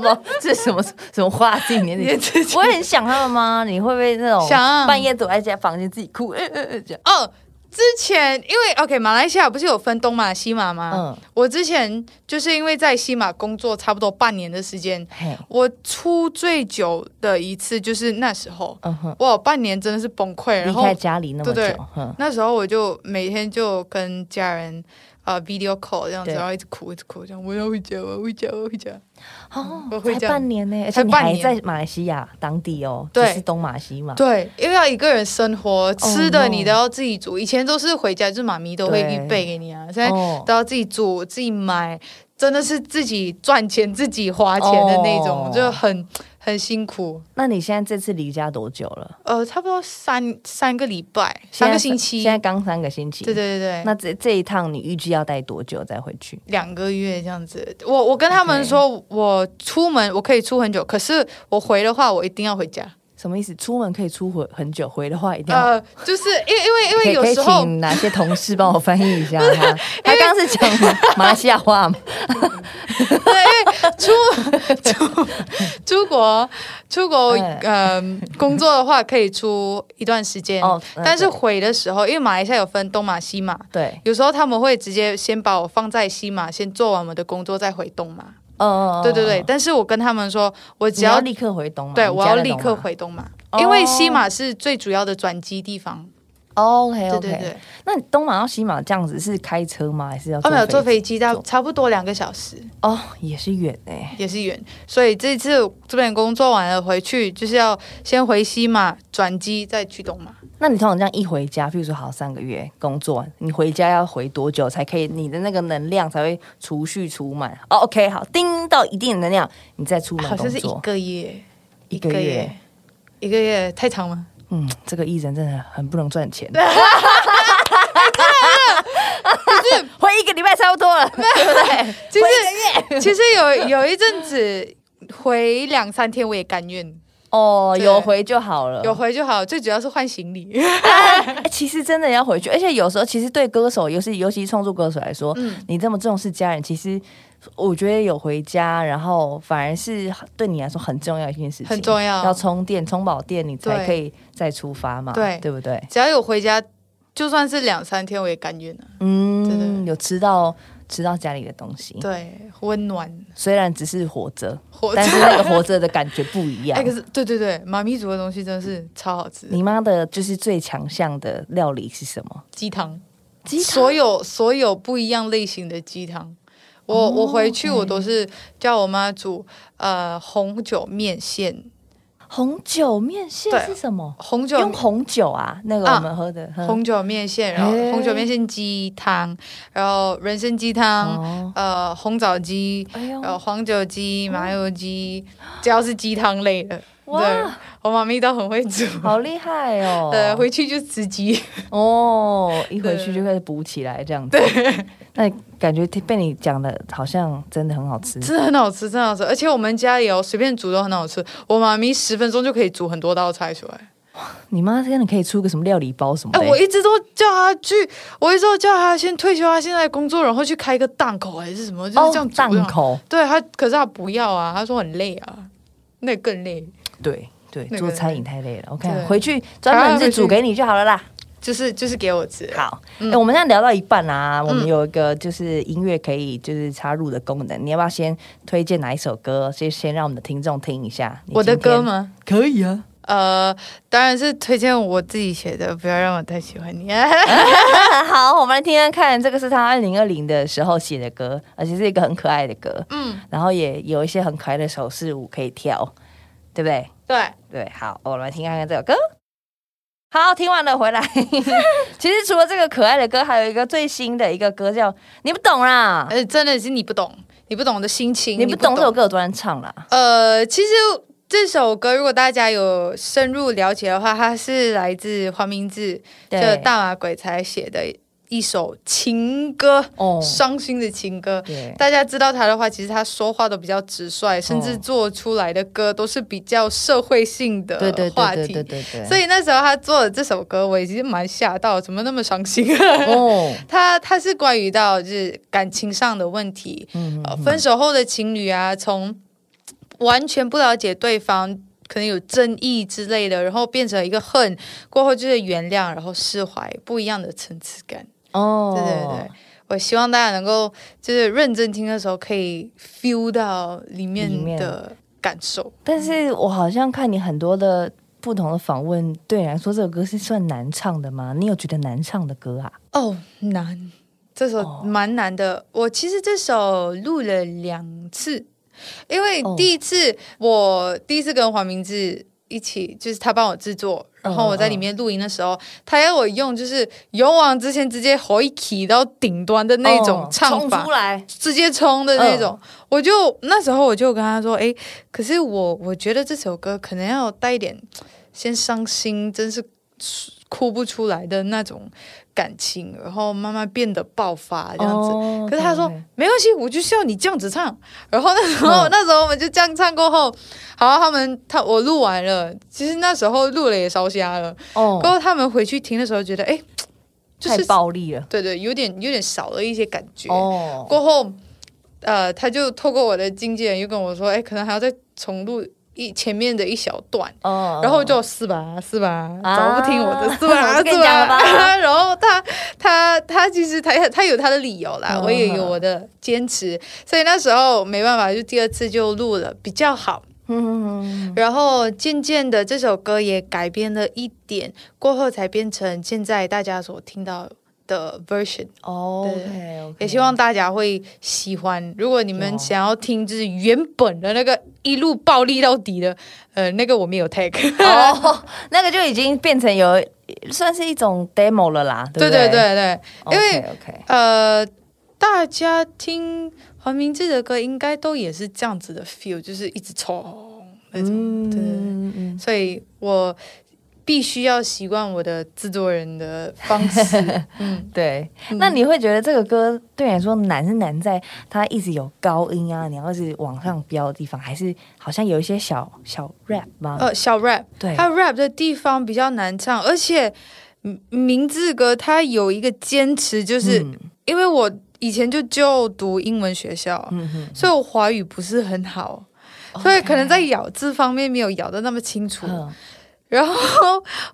S1: 么？这是什么什么话题？ 黏
S2: 黏
S1: 你？
S2: 自己
S1: 我。很想他们吗？你会不会那种
S2: 想
S1: 半夜躲在家房间自己哭？呃呃呃，这样。
S2: 哦，之前因为 OK，马来西亚不是有分东马西马吗？
S1: 嗯
S2: 我之前就是因为在西马工作差不多半年的时间，
S1: 嘿，
S2: 我出最久的一次就是那时候，
S1: 嗯哼，
S2: 哇，半年真的是崩溃，然
S1: 离
S2: 后
S1: 开家里那么
S2: 对对
S1: 久，哼，
S2: 那时候我就每天就跟家人呃 video call 这样子，
S1: 对
S2: 然后一直哭一直哭，这样我要回家，我要回家，我要回家。
S1: 哦
S2: 我会
S1: 才
S2: 这样
S1: 半年呢，而且
S2: 才
S1: 你
S2: 半
S1: 还
S2: 年
S1: 在马来西亚当地哦，
S2: 对
S1: 就是东马西马，
S2: 对，因为要一个人生活，吃
S1: 啊哦 no
S2: 的你都要自己煮。以前都是回家就是妈咪都会
S1: 对
S2: 预备给你啊，现在
S1: 哦
S2: 都要自己煮、自己买，真的是自己赚钱、自己花钱的那种，
S1: 哦
S2: 就很很辛苦。
S1: 那你现在这次离家多久了？
S2: 呃，差不多三三个礼拜，三个星期。
S1: 现在刚三个星期。
S2: 对对对对，
S1: 那这这一趟你预计要待多久再回去？
S2: 两个月这样子。我我跟他们说我出门我可以出很久，可是我回的话，我一定要回家。
S1: 什么意思？出门可以出回很久，回的话一定要。
S2: 呃，就是因为因为因为
S1: 可以
S2: 有时
S1: 可以
S2: 候
S1: 请哪些同事帮我翻译一下 哈？他刚刚是讲马来西亚话吗？
S2: 出出出国出国
S1: 哎
S2: 呃工作的话，可以出一段时间。
S1: 哦嗯
S2: 但是
S1: 对
S2: 回的时候，因为马来西亚有分东马西马，
S1: 对，
S2: 有时候他们会直接先把我放在西马，先做完我们的工作再回东马。
S1: 嗯，
S2: 对对对，，但是我跟他们说，我
S1: 只
S2: 只
S1: 要
S2: 要
S1: 立刻回东嘛，
S2: 对
S1: 你
S2: 我
S1: 家
S2: 要
S1: 在
S2: 立
S1: 东
S2: 刻
S1: 嘛。
S2: 回东马，
S1: 哦
S2: 因为西马是最主要的转机地方。
S1: OK
S2: 对对
S1: OK，
S2: 对，
S1: 那你东马到西马这样子是开车吗？还是要
S2: 哦没有坐
S1: 飞
S2: 飞机，大差不多两个小时
S1: 哦，也是远哎。
S2: 也是远，所以这次这边工作完了回去，就是要先回西马转机，再去东马。
S1: 那你通常这样一回家，譬如说好三个月工作完，你回家要回多久才可以？你的那个能量才会储蓄储满。哦，OK，好，叮到一定的能量，你再出门
S2: 好
S1: 工
S2: 像是一
S1: 作。
S2: 个月，
S1: 一个月，
S2: 一个月太长吗？
S1: 嗯，这个艺人真的很不能赚 钱。 回一个礼拜差不多 了，对不对？
S2: 其实 其实有有一阵子回两三天我也甘愿，
S1: 哦，
S2: 对
S1: 有回就好了。
S2: 有回就好，最主要是换行李。
S1: 哎其实真的要回去，而且有时候其实对歌手，尤其尤其创作歌手来说，
S2: 嗯
S1: 你这么重视家人，其实我觉得有回家，然后反而是对你来说很重要一件事情，
S2: 很重要
S1: 要充电、充饱电，你才
S2: 对
S1: 可以再出发嘛，
S2: 对
S1: 对不对？
S2: 只要有回家，就算是两三天我也甘愿了。对
S1: 嗯，
S2: 对
S1: 有吃到吃到家里的东西，
S2: 对，温暖
S1: 虽然只嗯是啊活着，
S2: 活着
S1: 但。是那个活着的感觉不一样
S2: 哎，。可是对对对，妈咪煮的东西真的是超好吃，
S1: 你妈的就是最强项的料理是什么？
S2: 鸡汤，
S1: 鸡汤
S2: 所有所有不一样类型的鸡汤。我、
S1: 哦
S2: 我回去我都是叫我妈煮呃红酒面线，
S1: 红酒面线
S2: 对
S1: 是什么？
S2: 红酒
S1: 用红酒啊，那个
S2: 啊
S1: 我们喝的、喝
S2: 红酒面线，然后
S1: 嘿
S2: 红酒面线鸡汤，然后人参鸡汤，
S1: 哦，
S2: 呃，红枣鸡，
S1: 哎呦
S2: 然后黄酒鸡、麻油鸡，只要是鸡汤类的，对
S1: 哇，
S2: 我妈咪都很会煮。
S1: 好厉害 哦！
S2: 呃，回去就吃鸡，
S1: 哦，一回去
S2: 对
S1: 就会补起来这样子。对， 那感觉被你讲的好像真的很好吃。
S2: 真的很好吃，真的好吃。而且我们家里哦，随便煮都很好吃。我妈咪十分钟就可以煮很多道菜出来。
S1: 你妈真的可以出个什么料理包什么
S2: 哎、
S1: 的、
S2: 我一直都叫她去，我一直都叫她先退休，她现在工作，然后去开个档口还是什么，就是这
S1: 哦
S2: 样煮，这
S1: 档
S2: 样
S1: 口，
S2: 对他，可是他不要啊，他说很累啊，那更累，
S1: 对对，
S2: 那个
S1: 做餐饮太累了。我看
S2: 对
S1: 回去专门
S2: 回
S1: 是
S2: 去
S1: 煮给你就好了啦。
S2: 就是就是给我吃。
S1: 好，哎、我们现在聊到一半啦、
S2: 嗯
S1: 我们有一个就是音乐可以就是插入的功能，你要不要先推荐哪一首歌？先先让我们的听众听一下。你
S2: 我的
S1: 今天
S2: 歌？吗？
S1: 可以啊。
S2: 呃，当然是推荐我自己写的，不要让我太喜 欢你。
S1: 好，我们来听听看，这个是他二零二零的时候写的歌，而且是一个很可爱的歌，
S2: 嗯，
S1: 然后也有一些很可爱的手势舞可以跳，对不对？
S2: 对，
S1: 对，好，我们来听看看这首歌。好，听完了回来。其实除了这个可爱的歌，还有一个最新的一个歌叫你不懂啦，
S2: 呃，真的是你不懂，你不懂我的心情，
S1: 你不懂这首。歌有多难唱啦。
S2: 呃，其实这首歌如果大家有深入了解的话，它是来自黄明志这
S1: 对，
S2: 大马鬼才写的一首情歌，
S1: 哦
S2: 伤心的情歌。
S1: 对，
S2: 大家知道他的话，其实他说话都比较直率，甚
S1: 哦
S2: 至做出来的歌都是比较社会性的
S1: 对对
S2: 话
S1: 对对
S2: 题。
S1: 对对对，
S2: 所
S1: 以
S2: 以那时候他做的这首歌，我已经蛮吓到，怎么那么伤心？啊
S1: 哦，
S2: 他他是关于到就是感情上的问题，
S1: 嗯，
S2: 呃，分手后的情侣啊，从完全不了解对方，可能有争议之类的，然后变成一个恨，过后就是原谅，然后释怀，不一样的层次感。
S1: 哦，
S2: 对对对，我希望大家能够就是认真听的时候，可以 feel 到里
S1: 里面
S2: 面的感受。
S1: 但是
S2: 嗯
S1: 我好像看你很多的不同的访问，对你来说这首歌是算难唱的吗？你有觉得难唱的歌啊？
S2: 哦，难，这首
S1: 哦
S2: 蛮难的。我其实这首录了两次，因为
S1: 哦
S2: 第一次、我第一次跟黄明志一起，就是他帮我制
S1: 哦
S2: 作，然后我在里面录音的时候，他要我用就是勇往直前，直接吼一起到顶端的那种
S1: 哦
S2: 唱
S1: 冲
S2: 法，
S1: 出来，
S2: 直接冲的那
S1: 嗯
S2: 种。我就那时候我就跟他说：“诶，可是我我觉得这首歌可能要带一点先伤心，真是哭不出来的那种感情，然后慢慢变得爆发这样子。
S1: 哦
S2: 可是他说
S1: 懂了
S2: 没关系，我就是要你这样子唱。 然后那时候、
S1: 嗯
S2: 那时候我们就这样唱过后，好，他们他我录完了，其实那时候录了也烧瞎了。过
S1: 哦，
S2: 后他们回去听的时候觉得，哎，就
S1: 太
S2: 是
S1: 暴力了，
S2: 对对，有点有点少了一些感觉。
S1: 哦，
S2: 过后，呃，他就透过我的经纪人又跟我说，哎，可能还要再重录一前面的一小段。
S1: 哦
S2: 然后就四吧四吧，
S1: 啊
S2: 怎么不听我的四
S1: 我
S2: 吧
S1: 就
S2: 四
S1: 跟你讲了
S2: 吧
S1: 吧？
S2: 然后他他他其实他他有他的理由啦，
S1: 嗯
S2: 我也有我的坚持，所以那时候没办法，就第二次就录了比较好。
S1: 嗯，
S2: 然后渐渐的这首歌也改编了一点，过后才变成现在大家所听到的 version。
S1: 哦
S2: 对
S1: ，OK，
S2: 也希望大家会喜欢。如果你们
S1: 有
S2: 想要听，就是原本的那个一路暴力到底的，呃，那个我没有 take。
S1: 哦， 那个就已经变成有算是一种 demo 了啦，
S2: 对
S1: 不哦
S2: 对对对，
S1: OK，
S2: 因为
S1: OK，
S2: 呃，大家听黄明志的歌应该都也是这样子的 feel，就是一直冲那种。对对对
S1: 嗯，
S2: 所以我必须要习惯我的制作人的方 式。嗯，
S1: 对。那你会觉得这个歌对你来说难是难在它一直有高音啊，你要是往上飙的地方，还是好像有一些小小 rap 吗？
S2: 呃，小 rap，
S1: 对，
S2: 他 rap 的地方比较难唱，而且嗯明志哥他有一个坚持，就是、
S1: 嗯
S2: 因为我以前就就读英文学校，
S1: 嗯哼，
S2: 所以我华语不是很好。所以可能在咬字方面没有咬的那么清楚
S1: 嗯
S2: 然后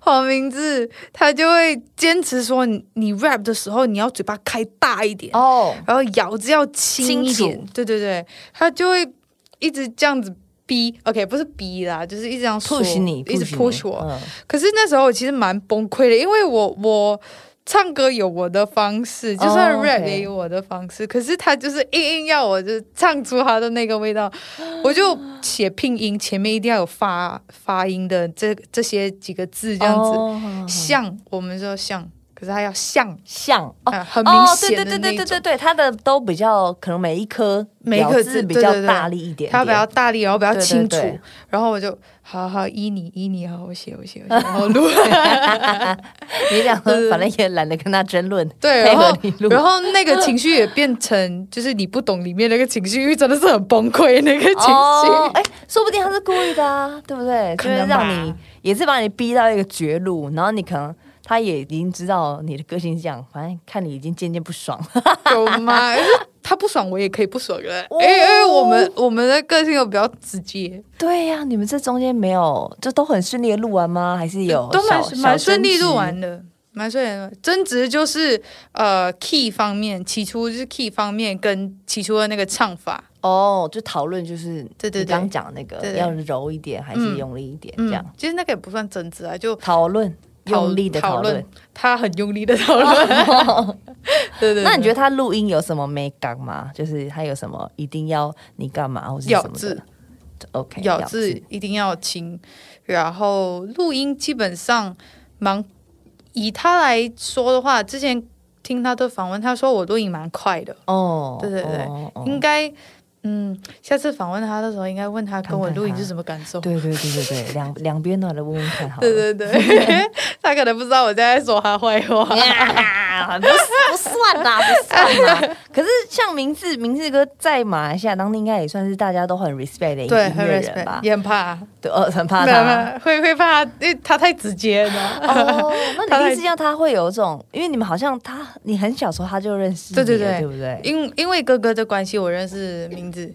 S2: 黄明志他就会坚持说你，你 rap 的时候你要嘴巴开大一点，
S1: 哦，
S2: 然后咬字要轻一
S1: 清
S2: 点
S1: 楚，
S2: 对对对，他就会一直这样子逼，OK，不是逼啦，就是一直这样说
S1: push 你，
S2: 一直 push 我。
S1: 嗯
S2: 可是那时候我其实蛮崩溃的，因为我我唱歌有我的方式，就算
S1: 哦
S2: rap
S1: ，OK
S2: 也有我的方式，可是他就是硬硬要我就是唱出他的那个味道，我就写拼音前面一定要有发发音的这这些几个字这样子，
S1: 哦好好好
S2: 像我们说像，可是他要像。
S1: 像哦。
S2: 啊，很明
S1: 哦，对
S2: 显
S1: 对
S2: 的那
S1: 对
S2: 一
S1: 对对
S2: 种
S1: 对对，它的都比较可能每一颗
S2: 每一颗
S1: 咬
S2: 字
S1: 字比
S2: 对
S1: 较
S2: 对对
S1: 大力一点点，
S2: 他比较大力，然后比较
S1: 对对
S2: 清楚，
S1: 对
S2: 然后我就好好依你依你，好我写我写我写，然后录，
S1: 你 两
S2: 对对
S1: 个反正也懒得跟他争论，
S2: 对，
S1: 配
S2: 然
S1: 合
S2: 后
S1: 你录。
S2: 然后那个情绪也变成就是你不懂里面那个情绪，因为真的是很崩溃那 个情
S1: 哦，
S2: 绪。
S1: 哎、说不定他是故意的啊，对不对？
S2: 可
S1: 就
S2: 能
S1: 是让
S2: 吧
S1: 你也是把你逼到一个绝路，然后你可能他也已经知道你的个性是这样，反正看你已经渐渐不爽了。
S2: 有吗？可是他不爽，我也可以不爽的。
S1: 哦
S2: 因为因为我们我们的个性又比较直接，
S1: 对呀、你们这中间没有就都很顺利的录完吗？还是有
S2: 都蛮
S1: 小小
S2: 蛮顺利
S1: 争执
S2: 录完的，蛮顺利录完。争执就是呃 key 方面，起初就是 key 方面跟起初的那个唱法，
S1: 哦？就讨论就是
S2: 对对对
S1: 你刚刚讲那个
S2: 对对
S1: 要柔一点还是用力一点、这样
S2: 嗯，其实那个也不算争执啊，就
S1: 讨论
S2: 讨
S1: 用力的
S2: 讨
S1: 讨论。，哦
S2: 他很用力的讨论。 对对对，
S1: 那你觉
S2: 得
S1: 得他录音有什么美感吗？就是他有什么一定要你干嘛或是
S2: 咬
S1: 什么
S2: 字
S1: 的？OK，
S2: 咬字一定要轻，然后录音基本上蛮以他来说的话，之前听他的访问，他说我录音蛮快的，
S1: 哦，
S2: 对对对
S1: 哦哦
S2: 应该嗯，下次访问他的时候，应该问他跟我
S1: 看看
S2: 录音
S1: 他
S2: 是什么感受。
S1: 对对对对对，两两边都来问问看好了。
S2: 对对对， 他可能不知道我在说他坏话。
S1: 啊不不算啦，不算 啦。可是像明志明志哥在马来西亚当地应该也算是大家都很 respect 的音
S2: 对，很
S1: 乐人
S2: respect，
S1: 吧？
S2: 也很怕，
S1: 对，呃，很怕
S2: 没有没
S1: 他。
S2: 有会会怕，因为他太直接了。
S1: 哦，
S2: 他
S1: 那
S2: 太
S1: 你第一次见到他会有一种，因为你们好像他，你很小时候他就认识你
S2: 对
S1: 了，
S2: 对对
S1: 对不对
S2: 因因为哥哥的关系，我认识名字。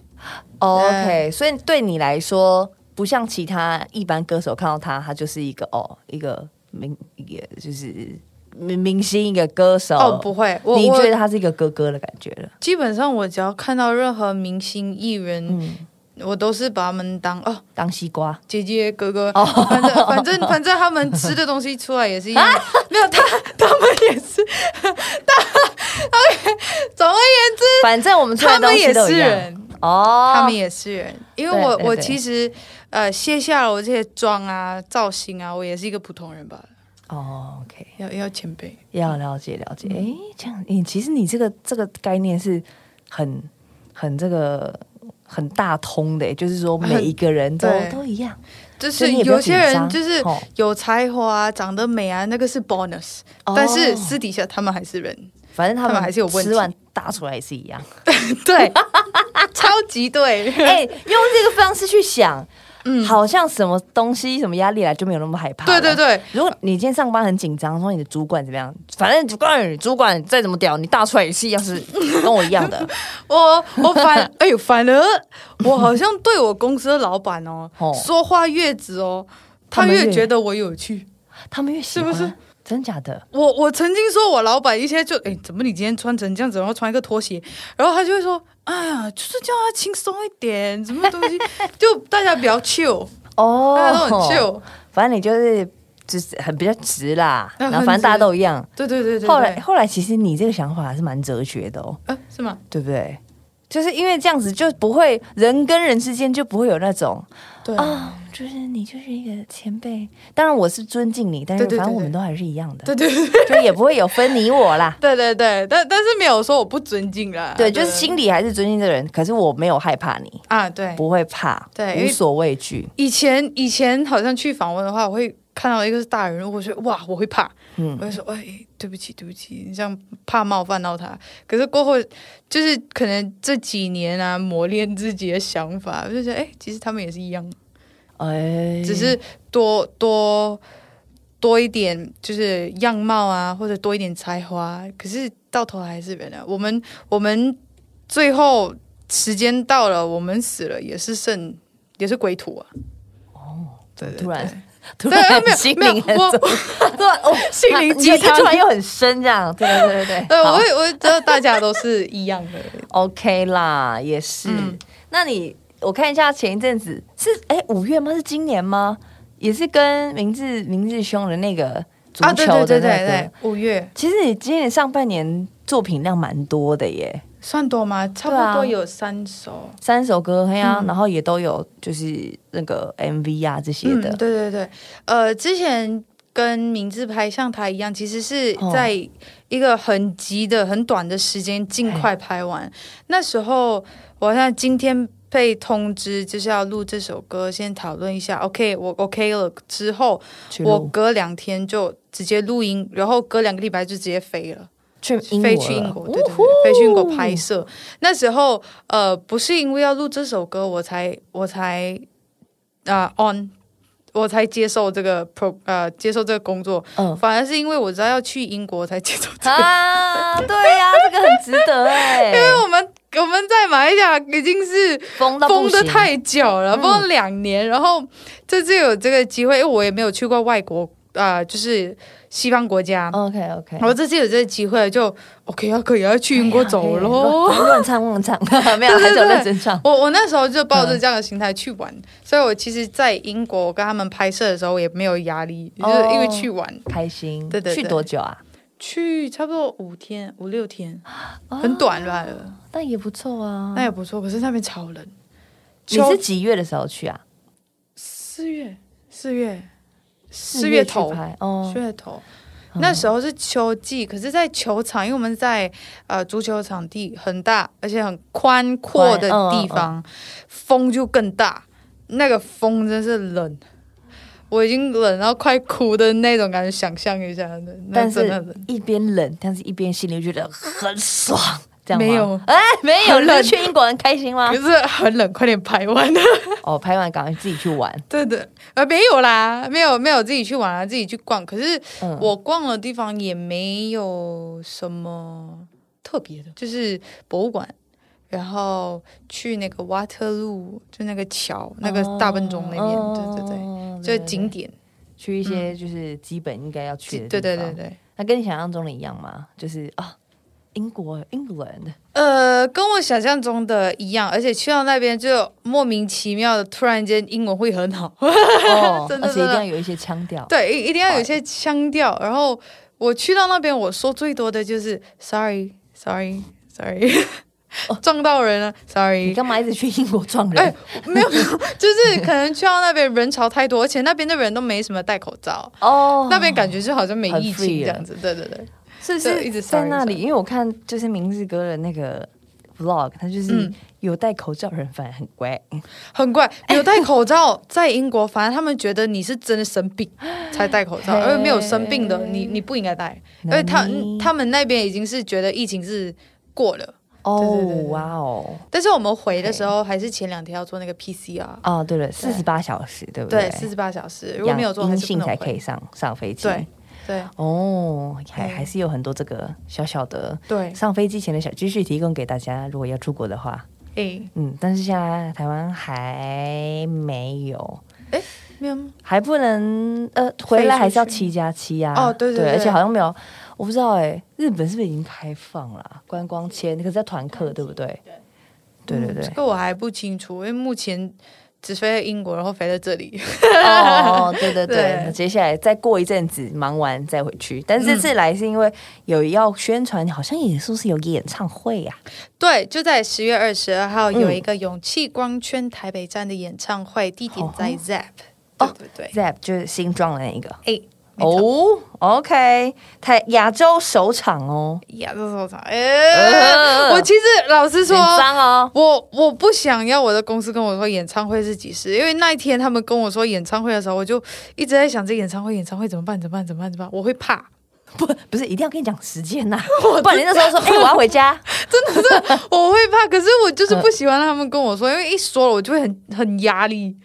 S1: 哦？OK，所以对你来说，不像其他一般歌手看到他，他就是一个哦，一个明，也就是明明星，一个歌手。
S2: 哦，不会，我
S1: 你
S2: 我
S1: 觉得他是一个哥哥的感觉了？
S2: 基本上我只要看到任何明星艺人，
S1: 嗯，
S2: 我都是把他们当哦
S1: 当西瓜
S2: 姐姐哥哥，
S1: 哦
S2: 反正反正反正他们吃的东西出来也是一样， 没有他他们也是，他 OK，总而言之，
S1: 反正我们出来
S2: 他
S1: 的东
S2: 们也
S1: 西都
S2: 是
S1: 一样
S2: 人，
S1: 哦。
S2: 他们也是人，因为
S1: 对
S2: 我
S1: 对
S2: 我
S1: 对
S2: 其实呃卸下了我这些妆啊、造型啊，我也是一个普通人吧，
S1: 哦，OK，
S2: 要要谦卑。
S1: 要了解了
S2: 嗯
S1: 解。哎、这样你其实你这个这个概念是很很这个很大通的，就是说每一个人都
S2: 对
S1: 都一样，
S2: 就是
S1: 你也不要
S2: 有些
S1: 紧张
S2: 人就是
S1: 哦
S2: 有才华、啊、长得美啊，那个是 bonus，、
S1: 哦
S2: 但是私底下他们还是人，
S1: 反正他
S2: 他
S1: 们
S2: 们还是有问题
S1: 吃完大出来也是一样。
S2: 对，超级对，
S1: 哎、用这个方式去想，好像什么东西、什么压力来就没有那么害怕。
S2: 嗯对对。对，
S1: 如果你今天上班很紧张，说你的主管怎么样，反正主管主管再怎么屌，你大出来也是一样，是跟我一样 的。
S2: 我我反 哎呦，反而我好像对我公司的老板哦
S1: 哦，
S2: 说话越直哦，他
S1: 他们越
S2: 越觉得我有趣。
S1: 他们越喜欢，
S2: 是不是
S1: 真假的？
S2: 我我曾经说我老板一些就哎，怎么你今天穿成这样子，然后穿一个拖鞋，然后他就会说，哎呀，就是叫他轻松一点，什么东西， 就大家比较 chill，
S1: 哦，
S2: 大家都很 chill，
S1: 反正你就是就是很比较直啦，
S2: 嗯
S1: 然后反正大家都一样。
S2: 对对对对对。
S1: 后来后来，其实你这个想法还是蛮哲学的哦，
S2: 啊，是吗？
S1: 对不对？就是因为这样子就不会人跟人之间就不会有那种
S2: 对
S1: 啊、就是你就是一个前辈，当然我是尊敬你，但是
S2: 对对对
S1: 反正我们
S2: 对
S1: 都还是一样的，
S2: 对对对
S1: 就也不会有分你我 啦。
S2: 对对对，但但是没有说我不尊敬啦。
S1: 对，就是心里还是尊敬这个人，可是我没有害怕你，
S2: 啊，对。
S1: 不会怕，
S2: 对因
S1: 无
S2: 为
S1: 所畏惧。
S2: 以前以前好像去访问的话，我会看到一个是大人物，我觉得哇，我会怕，
S1: 嗯
S2: 我会说哎，对不起，对不起，你这样怕冒犯到他。可是过后就是可能这几年啊，磨练自己的想法，我就觉得哎，其实他们也是一样，
S1: 哎，
S2: 只是多多多一点就是样貌啊，或者多一点才华，可是到头来还是人啊。我们我们最后时间到了，我们死了也是剩也是归土啊。哦，对对
S1: 突然
S2: 对
S1: 突
S2: 对啊
S1: 然
S2: 没有
S1: 心
S2: 没有
S1: 灵很
S2: 我
S1: 重，对，哦，
S2: 心灵鸡
S1: 啊你
S2: 汤
S1: 突然又很深这样，对对对对
S2: 对，
S1: 好
S2: 我会我会知道大家都是一样的。
S1: OK 啦，也是。
S2: 嗯
S1: 那你我看一下前一阵子是哎五月吗？是今年吗？也是跟明治明治兄的那个 足
S2: 啊，对
S1: 球
S2: 对
S1: 的那
S2: 对对
S1: 个。
S2: 对，五月
S1: 其实你今年上半年作品量蛮多的耶，
S2: 算多吗？差
S1: 对啊
S2: 不多有三首。
S1: 三首歌，嘿呀、
S2: 嗯
S1: 然后也都有就是那个 MV 啊这些的。
S2: 嗯。对对对，呃，之前跟明字拍像他一样，其实是
S1: 哦
S2: 在一个很急的、很短的时间尽快拍
S1: 哎
S2: 完。那时候我好像今天。被通知就是要录这首歌，先讨论一下。OK，我 OK 了之后，
S1: 去
S2: 我
S1: 录
S2: 隔两天就直接录音，然后隔两个礼拜就直接飞了。
S1: 去英国
S2: 飞
S1: 了，
S2: 去英国，对
S1: 呜
S2: 对
S1: 呼
S2: 对，飞去英国拍摄。那时候，呃，不是因为要录这首歌，我才我才啊、on，我才接受这个 pro 呃接受这个工作，
S1: 嗯
S2: 反而是因为我知道要去英国才接受 这个。
S1: 啊，对呀、这个很值得 哎、
S2: 因为我们我们在马来西亚已经是
S1: 疯到不
S2: 封的
S1: 行，
S2: 太久了，
S1: 嗯
S2: 封了两年，然后这次有这个机会，因为我也没有去过外国啊、呃就是西方国家，
S1: OK OK，
S2: 然后这次有这个机会就 OK 啊，可以啊，去英
S1: 哎
S2: 国走喽。
S1: 乱乱唱乱唱， 没有
S2: 对对
S1: 很久
S2: 对
S1: 认真唱。
S2: 我我那时候就抱着这样的心态去玩，所以我其实，在英国我跟他们拍摄的时候也没有压力，
S1: 哦
S2: 就是因为去玩，
S1: 开心，
S2: 对对对
S1: 去多久啊？
S2: 去差不多五天五六天，很短罢了，
S1: 但也不错啊。
S2: 那也不错。可是那边超冷，
S1: 你是几月的时候去啊？
S2: 四月四月四
S1: 四
S2: 月
S1: 去
S2: 头
S1: 拍哦嗯
S2: 四，月头。那时候是秋季，可是，在球场，因为我们在呃足球场地很大，而且很宽阔的
S1: 宽嗯
S2: 地方，风就更大。那个风真是冷，我已经冷到快哭的那种感觉，想象一下，那那
S1: 但
S2: 真
S1: 是
S2: 的冷。
S1: 一边冷，但是一边心里觉得很爽，这样吗
S2: 没有
S1: 哎，没有，
S2: 很
S1: 你
S2: 冷
S1: 去英国很开心吗
S2: 可？是很冷，快点拍完了。
S1: 哦，拍完赶快自己去玩。
S2: 对的，呃，没有啦，没有没有自己去玩啊，自己去逛。可是
S1: 嗯
S2: 我逛的地方也没有什么特别的，就是博物馆，然后去那个 Waterloo，就那个桥，那个大笨钟那边，对对对，
S1: 哦对嗯
S2: 就是景点，
S1: 去一些就是基本应该要去的
S2: 对对
S1: 地
S2: 对
S1: 方。
S2: 对。
S1: 那跟你想象中的一样吗？就是啊，英国 England
S2: 呃，跟我想象中的一样，而且去到那边就莫名其妙的，突然间英文会很好，
S1: 哦，
S2: 真的
S1: 而且一
S2: 真的
S1: 定要有一些腔调。
S2: 对，一一定要有一些腔调。然后 我去到那边，我说最多的就是 sorry，sorry，sorry，撞到人了
S1: 哦你
S2: ，sorry。
S1: 干嘛一直去英国撞人？
S2: 哎、 没有没有，就是可能去到那边人潮太多，而且那边的人都没什么戴口罩，
S1: 哦
S2: 那边感觉就好像没
S1: 很
S2: 疫
S1: free
S2: 情这
S1: 耶
S2: 样子。对对对，
S1: 是不
S2: 对一直
S1: 是在那
S2: sorry，
S1: 里，
S2: sorry
S1: 因为我看就是明日哥的那个 vlog，他就是
S2: 嗯
S1: 有戴口罩的人反而很乖，
S2: 很怪，有戴口罩在英国，反正他们觉得你是真的生病才戴 口罩，呃
S1: 嘿
S2: 而没有生病的你你不应该戴，因为他
S1: 嗯
S2: 他们那边已经是觉得疫情是过了。对对对
S1: 哦
S2: 对
S1: 哇哦
S2: 但是我们回的时候还是前两天要做那个 PCR，
S1: 哦对了，四十八小时对不
S2: 对，四十八小时，如果没有做还
S1: 阴
S2: 是不
S1: 性
S2: 能
S1: 才可以
S2: 回。
S1: 上上飞机。
S2: 对对
S1: 哦，还
S2: 对
S1: 还是有很多这个小小的
S2: 对，
S1: 上飞机前的小知识提供给大家，如果要出国的话，
S2: 诶
S1: 嗯，但是现在台湾还没有，
S2: 没有
S1: 还不能呃回来还是要
S2: 飞出
S1: 七加七啊。
S2: 哦对对
S1: 对
S2: 对
S1: 而且好像没有，我不知道哎、日本是不是已经开放了啊观光签？可是要团客对不对？对对
S2: 嗯
S1: 对
S2: 这，个我还不清楚，因为目前只飞了英国，然后飞到这里。
S1: 哦，对对对
S2: 对，
S1: 那接下来再过一阵子忙完再回去。但是这次来是因为有要宣传，好像也是不是有演唱会啊呀、
S2: 对，就在十月二十二号
S1: 嗯
S2: 有一个勇气光圈台北站的演唱会，地点在 ZAP。
S1: 哦
S2: 对对
S1: z a p 就是新装的那一个。
S2: 对，哎，没错，
S1: 哦，OK，台亚洲首场哦，
S2: 亚洲首场。 哎，
S1: 呃
S2: 我其实老实说
S1: 紧。张哦，
S2: 我我不想要我的公司跟我说演唱会是几时，因为那一天他们跟我说演唱会的时候，我就一直在想这演唱会演唱会怎么办怎么办怎么办怎么办，我会怕，
S1: 不不是一定要跟你讲时间呐、不然你那时候说，哎、我要回家，
S2: 我会怕，可是我就是不喜欢他们跟我说，因为一说了我就会很很压力。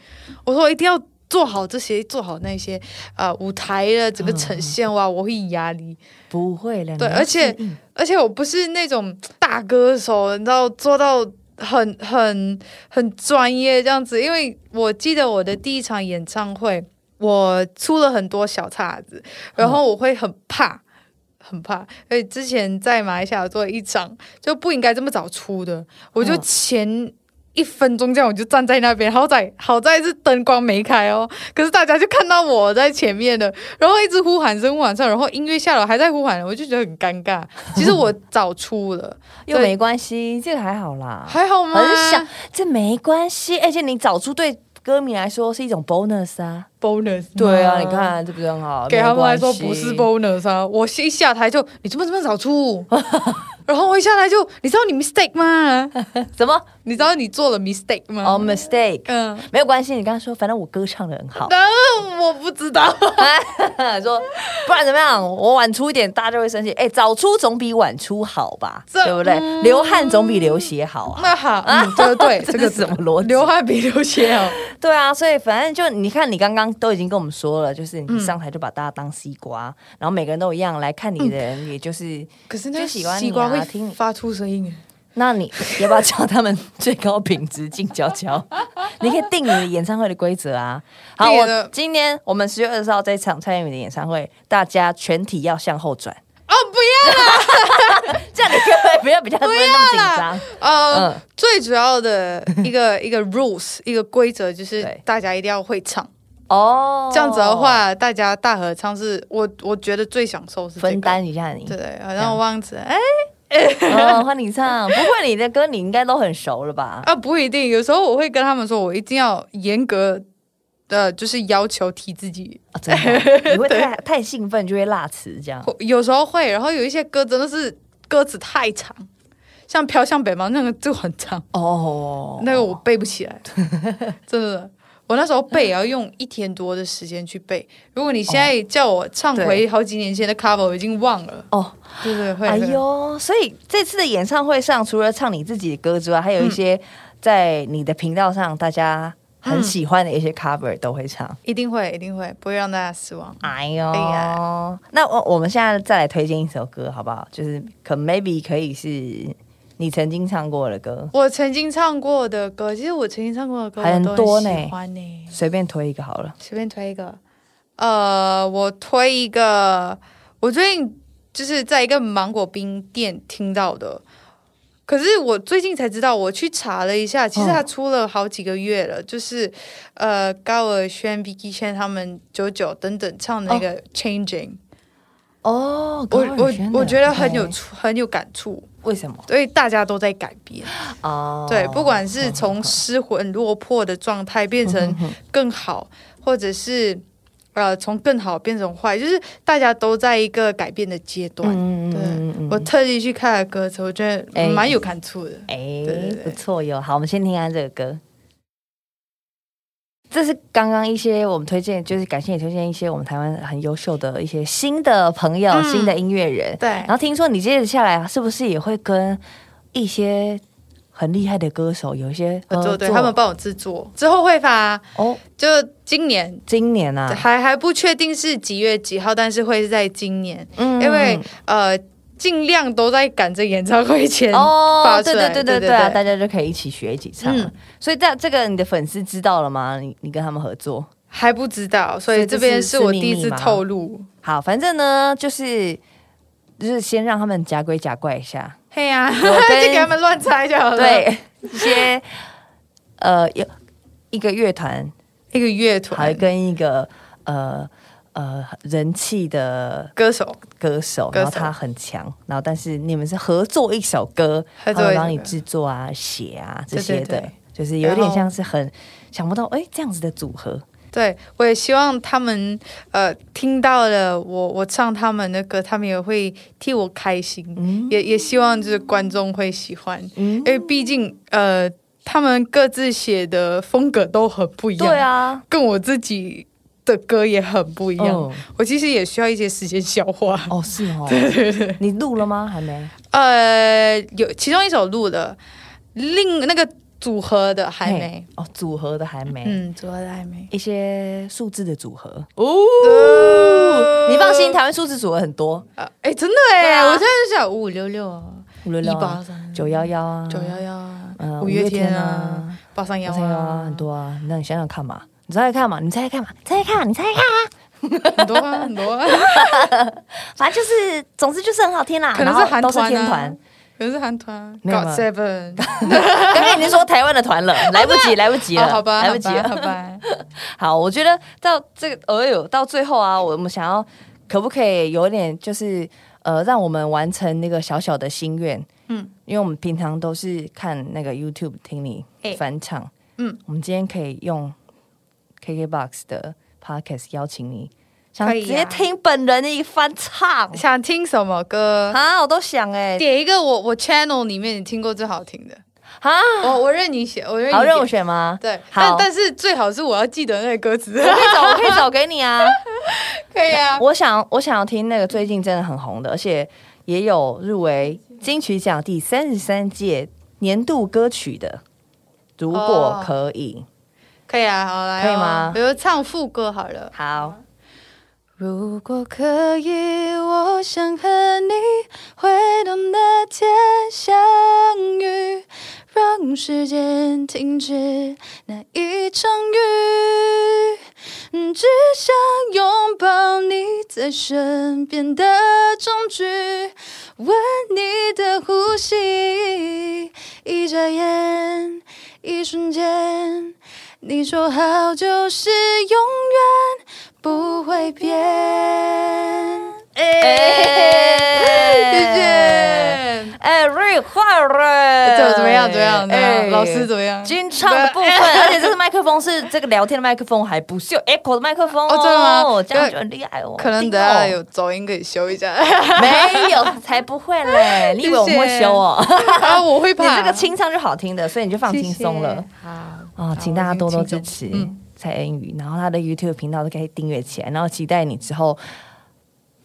S2: 我说我一定要做好这些，做好那些，呃，舞台的整个呈现哇，我会压力。
S1: 不会了，
S2: 对，
S1: 你要
S2: 而且
S1: 适应
S2: 而且我不是那种大歌手，你知道做到很很很专业这样子，因为我记得我的第一场演唱会，我出了很多小岔子，然后我会很怕。 很怕，而且之前在马来西亚做一场就不应该这么早出的，我就
S1: 嗯
S2: 前一分钟这样我就站在那边，好在好在是灯光没开哦，可是大家就看到我在前面的，然后一直呼喊声呼喊声，然后音乐下了还在呼喊，我就觉得很尴尬。其实我早出了，
S1: 又
S2: 对
S1: 没关系，这个还好啦，
S2: 还好吗？
S1: 很想，这没关系，而且你找出对歌迷来说是一种 bonus 啊，
S2: bonus，吗
S1: 对啊，你。看这个很好，
S2: 给他们来说
S1: 没
S2: 不
S1: 关系
S2: 是 bonus 啊！我一下台就你怎么这么 早出，然后我一下台就你知道你 mistake 吗？
S1: 什么
S2: 你知道你做了 mistake 吗？
S1: 哦、mistake，
S2: 嗯，
S1: 没有关系，你刚刚说反正我歌唱的很好，
S2: 然后我不知道，
S1: 说不然怎么样？我晚出一点，大家就会生气。哎、早出总比晚出好吧？
S2: 这
S1: 对不对？
S2: 嗯
S1: 流汗总比流血好啊。
S2: 那好，嗯，对对，
S1: 这
S2: 这
S1: 是
S2: 个
S1: 什么逻辑
S2: 流汗比流 血好，
S1: 对啊，所以反正就你看，你刚刚都已经跟我们说了，就是你上台就把大家当西瓜，然后每个人都一样来看你的人，也就是
S2: 嗯可是那
S1: 就
S2: 个
S1: 喜欢你啊
S2: 西瓜会
S1: 听你
S2: 发出 声音耶，
S1: 那你要不要教他们最高品质静悄 悄？你可以定你的演唱会的规则啊。好，
S2: 定
S1: 我
S2: 了
S1: 今天我们十月二十号这一场蔡依林的演唱会，大家全体要向后转，
S2: 哦，不要。
S1: 这样你可不可以不要比较不会那么紧张？
S2: 呃，
S1: 嗯
S2: 最主要的一个一个 rules 一个规则就是
S1: 对
S2: 大家一定要会唱，
S1: 哦，
S2: 这样子的话，大家大合唱是我我觉得最享受是、这个、
S1: 分担，嗯一下你。
S2: 对对，好像我忘记了，哎、
S1: 哦，换你唱。不过你的歌你应该都很熟了吧？
S2: 啊不一定，有时候我会跟他们说，我一定要严格的就是要求提自己，
S1: 啊真 的，你会太太兴奋就会落词这样。
S2: 或有时候会，然后有一些歌真的是歌词太长，像《飘向北方》那个就很长，
S1: 哦，
S2: 那个我背不起 来，真的。我那时候背也要用一天多的时间去背。如果你现在叫我唱回
S1: 哦对
S2: 好几年前的 cover，我已经忘了。
S1: 哦，
S2: 对对，会。
S1: 哎
S2: 会，
S1: 呦，所以这次的演唱会上，除了唱你自己的歌之外，还有一些
S2: 嗯
S1: 在你的频道上大家很喜欢的一
S2: 嗯
S1: 些 cover 都会唱。
S2: 一定会，一定会，不会让大家失望。
S1: 哎呦
S2: 哎，
S1: 那我我们现在再来推荐一首歌好不好？就是可 maybe 可以是你曾经唱过的歌，
S2: 我曾经唱过的歌，其实我曾经唱过的歌
S1: 很
S2: 我都
S1: 多
S2: 很
S1: 呢
S2: 喜欢呢。
S1: 随便推一个好了。
S2: 随便推一个，呃，我推一个，我最近就是在一个芒果冰店听到的。可是我最近才知道，我去查了一
S1: 嗯
S2: 下，其实它出了好几个月了，就是呃高尔宣、Vicky 轩他们九九等等唱的那个《Changing》
S1: 哦，
S2: 我我我觉得很有
S1: 趣。
S2: 触很有感触，
S1: 为什么？
S2: 所以大家都在改变。
S1: 哦，
S2: 对，不管是从失魂落魄的状态
S1: 嗯
S2: 变成更好，或者是呃从更好变成坏，就是大家都在一个改变的阶段。
S1: 嗯，嗯
S2: 对
S1: 嗯嗯嗯
S2: 我特地去看了歌词，我觉
S1: 哎
S2: 得蛮有感触的。
S1: 哎
S2: 对对，对
S1: 不错哟。好，我们先听一下这个歌。这是刚刚一些我们推荐，就是感谢你推荐一些我们台湾很优秀的一些新的朋友、
S2: 嗯
S1: 新的音乐人。
S2: 对
S1: 然，后听说你接着下来是不是也会跟一些很厉害的歌手有一些
S2: 合作对
S1: 合
S2: 他们帮我制作，之后会发，
S1: 哦，
S2: 就今年。
S1: 今年啊，
S2: 还还不确定是几月几号，但是会是在今年，
S1: 嗯
S2: 因为呃，尽量都在赶着演唱会前
S1: 哦
S2: 发，
S1: 对
S2: 出
S1: 对
S2: 来。
S1: 对对
S2: 对
S1: 对啊，大家就可以一起学一起唱了
S2: 嗯。
S1: 所以这这个你的粉丝知道了吗？你你跟他们合作？
S2: 还不知道，所
S1: 所
S2: 以
S1: 以这
S2: 这边
S1: 是
S2: 是我
S1: 是秘
S2: 第一
S1: 密
S2: 次
S1: 吗
S2: 透露。
S1: 好，反正呢就是。就是先让他们假鬼假怪一下，
S2: 嘿呀、
S1: 我跟
S2: 就给他们乱猜就好了。，
S1: 对一些呃有一个乐团，
S2: 一个乐
S1: 还
S2: 团
S1: 跟一个呃呃人气的
S2: 歌手
S1: 歌手，
S2: 歌手
S1: 然后他很强，然后但是你们是合作一首歌，他
S2: 合作一首歌
S1: 会帮你制作啊、写啊这些
S2: 对对
S1: 的
S2: 对，
S1: 就是有
S2: 然
S1: 点
S2: 后
S1: 像是很想不到哎这样子的组合，
S2: 对我也希望他们呃听到了我我唱他们的歌，他们也会替我开心，
S1: 嗯
S2: 也也希望就是观众会喜欢，
S1: 嗯
S2: 因，为毕竟呃他们各自写的风格都很不一样，
S1: 对，啊，
S2: 跟我自己的歌也很不一样。
S1: 嗯
S2: 我其实也需要一些时间消化。
S1: 哦是 哦，你录了吗？还没，
S2: 呃，有其中一首录的，另那个组合的还没
S1: 嘿，哦，组合的还没，
S2: 嗯，组合的还没。
S1: 一些数字的组合，
S2: 哦
S1: 你放心，台湾数字组合很多，
S2: 哎、诶真的哎、
S1: 对啊
S2: 我现在就想五五六六啊，
S1: 五六
S2: 一
S1: 六
S2: 八
S1: 啊、
S2: 三
S1: 九幺幺啊，
S2: 九幺幺啊
S1: 呃，
S2: 五月天啊，，八三幺
S1: 幺啊，
S2: 啊，
S1: 很多啊，那你想想看嘛，你猜猜看嘛，你猜猜看嘛，你猜猜看，你猜猜看，
S2: 很多啊，很多啊，
S1: 反正就是，总之就是很好听啦。
S2: 可
S1: 然
S2: 能是
S1: 后
S2: 韩
S1: 都是
S2: 团
S1: 天
S2: 啊
S1: 团，，
S2: 可能是韩团
S1: 没有
S2: ，God
S1: 嘛
S2: Seven，
S1: 刚刚已经说台湾的 团了，来不及，来不及
S2: 哦
S1: 了，
S2: 好吧，
S1: 来不及
S2: 好吧好
S1: 了。
S2: 吧，
S1: 好，我觉得到这个，哎呦，到最后啊，我们想要可不可以有一点就是呃，让我们完成那个小小的心愿？嗯
S2: 嗯，
S1: 因为我们平常都是看那个 YouTube 听你
S2: 哎
S1: 翻唱，嗯
S2: 嗯，
S1: 我们今天可以用 KKBox 的 Podcast 邀请你，想
S2: 可以
S1: 直
S2: 啊
S1: 接听本人的一个翻唱
S2: 想听什么 歌？
S1: 啊，我都想哎、
S2: 点一个我我 channel 里面你听过最好听 的，
S1: 啊，
S2: 我我任你写，我任你
S1: 好
S2: 点
S1: 任我选 吗？
S2: 对，但
S1: 好，
S2: 但是最好是我要记得那个歌词，
S1: 我可以找，我可以找给你啊。
S2: 可以啊。
S1: 我想，我想要听那个最近真的很红的，而且也有入围金曲奖第三十三届年度歌曲的。如果可以，
S2: 可以啊，好来、哦，
S1: 可以吗
S2: 比如唱副歌好了。
S1: 好，
S2: 如果可以，我想和你回到那天相遇，让时间停止那一场雨，嗯只想拥抱你在身边的证据，闻你的呼吸，一眨眼，一瞬间，你说好就是永远不会变。
S1: 哎，
S2: 谢谢。
S1: 哎，瑞快瑞，
S2: 怎么怎么样？怎么样？怎么
S1: 哎
S2: 样？老师怎么样？啊
S1: 金唱的部分，而且这个麦克风是这个聊天的麦克风，还不是有 echo 的麦克风
S2: 哦真的吗
S1: 这样就很厉害哦。
S2: 可能等
S1: 一定
S2: 下
S1: 哦
S2: 有走音可以修一下，
S1: 没有，才不会嘞！你以为我们会修哦？
S2: 啊，我会
S1: 你
S2: 怕。
S1: 这个清唱就好听的，所以你就放轻松了
S2: 谢谢。好，
S1: 哦，请大家多多支持
S2: 我已经轻松嗯
S1: 蔡恩宇，然后他的 YouTube 频道都可以订阅起来，然后期待你之后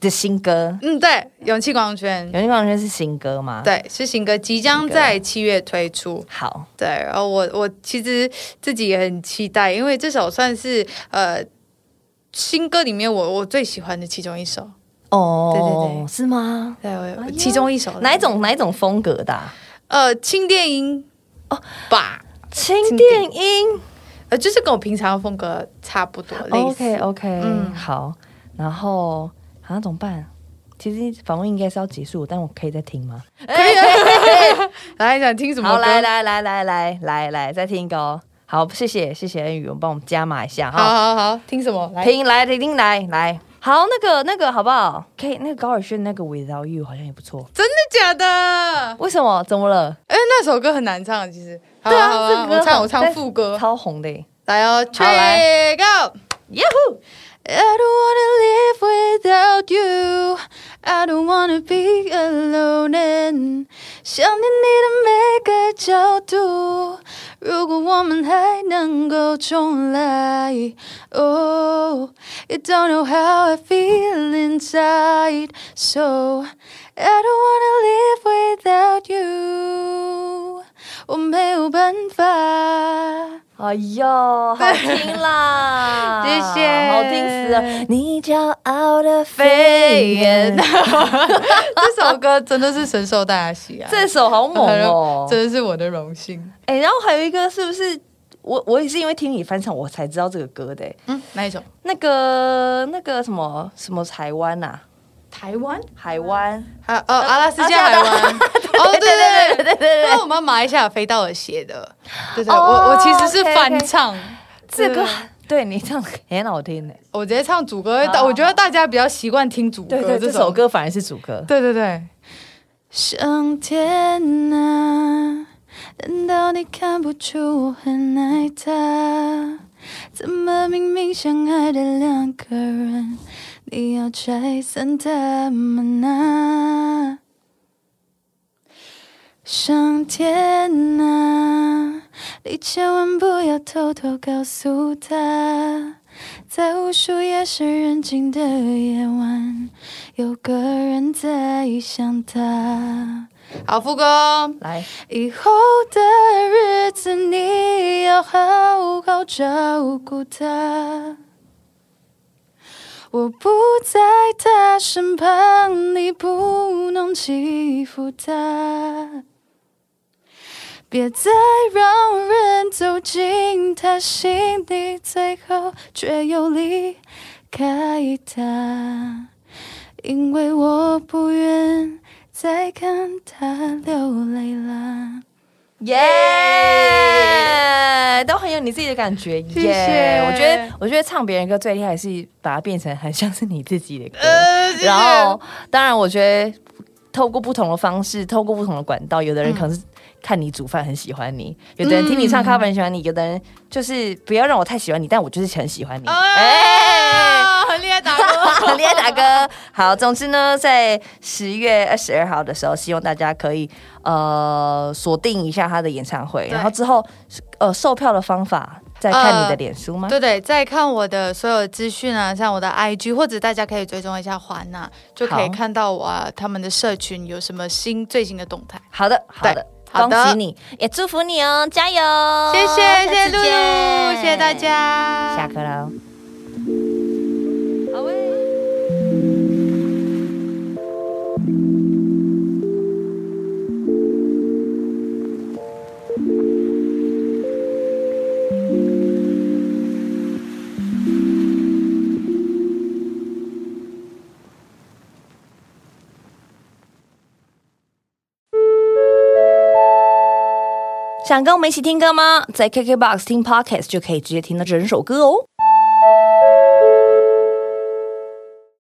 S1: 的新歌。
S2: 嗯，对，勇气光圈，
S1: 有人广圈是新歌吗？，
S2: 对，是新歌，即将在七月推出。
S1: 好，
S2: 对，然后我我其实自己也很期待，因为这首算是呃新歌里面我我最喜欢的其中一首。
S1: 哦，
S2: 对对对
S1: 是吗？
S2: 对，我
S1: 哎呀
S2: 其中一首
S1: 哪一？种哪一种风格的啊？
S2: 呃，轻电音哦吧，
S1: 轻
S2: 电
S1: 电音
S2: 呃，就是跟我平常的风格差不多，类
S1: ，OK
S2: 似。
S1: OK，
S2: 嗯
S1: 好，然后啊怎么办？其实访问应该是要结束，但我可以再听吗？
S2: 可以啊。来，想听什么
S1: 好，
S2: 歌？
S1: 来来来来来来来，再听一个哦。好，谢谢谢谢恩宇，我们帮我们加码一下
S2: 好
S1: 哈。
S2: 好好，听什么？来，
S1: 听来听听来来，好，那个那个好不好？可以，那个高尔宣那个 Without You 好像也不错。
S2: 真的假的？
S1: 为什么？怎么了？
S2: 哎，那首歌很难唱，其实。好
S1: 对啊
S2: 好
S1: 这
S2: 好
S1: 个歌
S2: 我唱
S1: 好
S2: 我
S1: 但
S2: 唱
S1: 是
S2: 副歌，
S1: 超红的耶
S2: 来哦
S1: 好来
S2: ，Three Go。
S1: ！Yahoo！
S2: I don't wanna live without you. I don't wanna be alone. And 想念你的每个角度，如果我们还能够重来，Oh, you don't know how I feel inside. So I don't wanna live without you. 我没有办法。
S1: 哎 呦，好听啦！
S2: 谢谢
S1: 好听死了！你骄傲的飞燕，
S2: 这首歌真的是深受大家喜爱，
S1: 这首 好猛哦！
S2: 真的是我的荣幸。
S1: 哎、然后还有一个是不是我我也是因为听你翻唱我才知道这个歌的、
S2: 嗯，哪一首？
S1: 那个那个什么什么台湾呐、
S2: 台湾？
S1: 海湾
S2: 啊哦，阿拉斯加海湾。哦， 对对对对对，那我们马来西亚飞到了写的，对对，我
S1: 哦
S2: 我其实是
S1: OK，OK
S2: 翻唱
S1: 这个
S2: 对。
S1: 对你唱很好听的、
S2: 我直接唱主歌，
S1: 好
S2: 但
S1: 好
S2: 我觉得大家比较习惯听主歌。
S1: 对对，这
S2: 这
S1: 首，歌反而是主歌。
S2: 对对对。上天啊，难道你看不出我很爱他？怎么明明相爱的两个人，你要拆散他们啊？上天啊，你千万不要偷偷告诉他，在无数夜深人静的夜晚，有个人在想他。好，副歌。
S1: 来，
S2: 以后的日子，你要好好照顾他。我不在他身旁，你不能欺负他。别再让人走进他心底，最后却又离开他，因为我不愿再看他流泪啦。
S1: 耶、都很有你自己的感觉耶。
S2: 谢谢
S1: 我觉得，我觉得唱别人歌最厉害的是把它变成很像是你自己的歌。
S2: 呃谢谢
S1: 然后，当然，我觉得透过不同的方式，透过不同的管道，有的人可能是看你煮饭很喜欢你，有的人听你唱 cover 很喜欢你，有的人就是不要让我太喜欢你，但我就是很喜欢你。哎、
S2: 哎，啊很厉害 打工。
S1: 很厉害，大哥。好，总之呢，在十月二十二号的时候，希望大家可以呃锁定一下他的演唱会，
S2: 对
S1: 然后之后呃售票的方法再看你的脸书吗？
S2: 对对，再看我的所有资讯啊，像我的 IG 或者大家可以追踪一下环娜、就可以
S1: 好
S2: 看到我、啊、他们的社群有什么新最新的动态。
S1: 好的，好的，
S2: 对好的
S1: 恭喜你，也祝福你哦，加油！
S2: 谢
S1: 下
S2: 谢
S1: 次
S2: 谢谢露露，
S1: 见
S2: 谢谢大，家，
S1: 下课了。好喂。想跟我们一起听歌吗？在KKBOX 听 Podcast 就可以直接听到整首歌哦。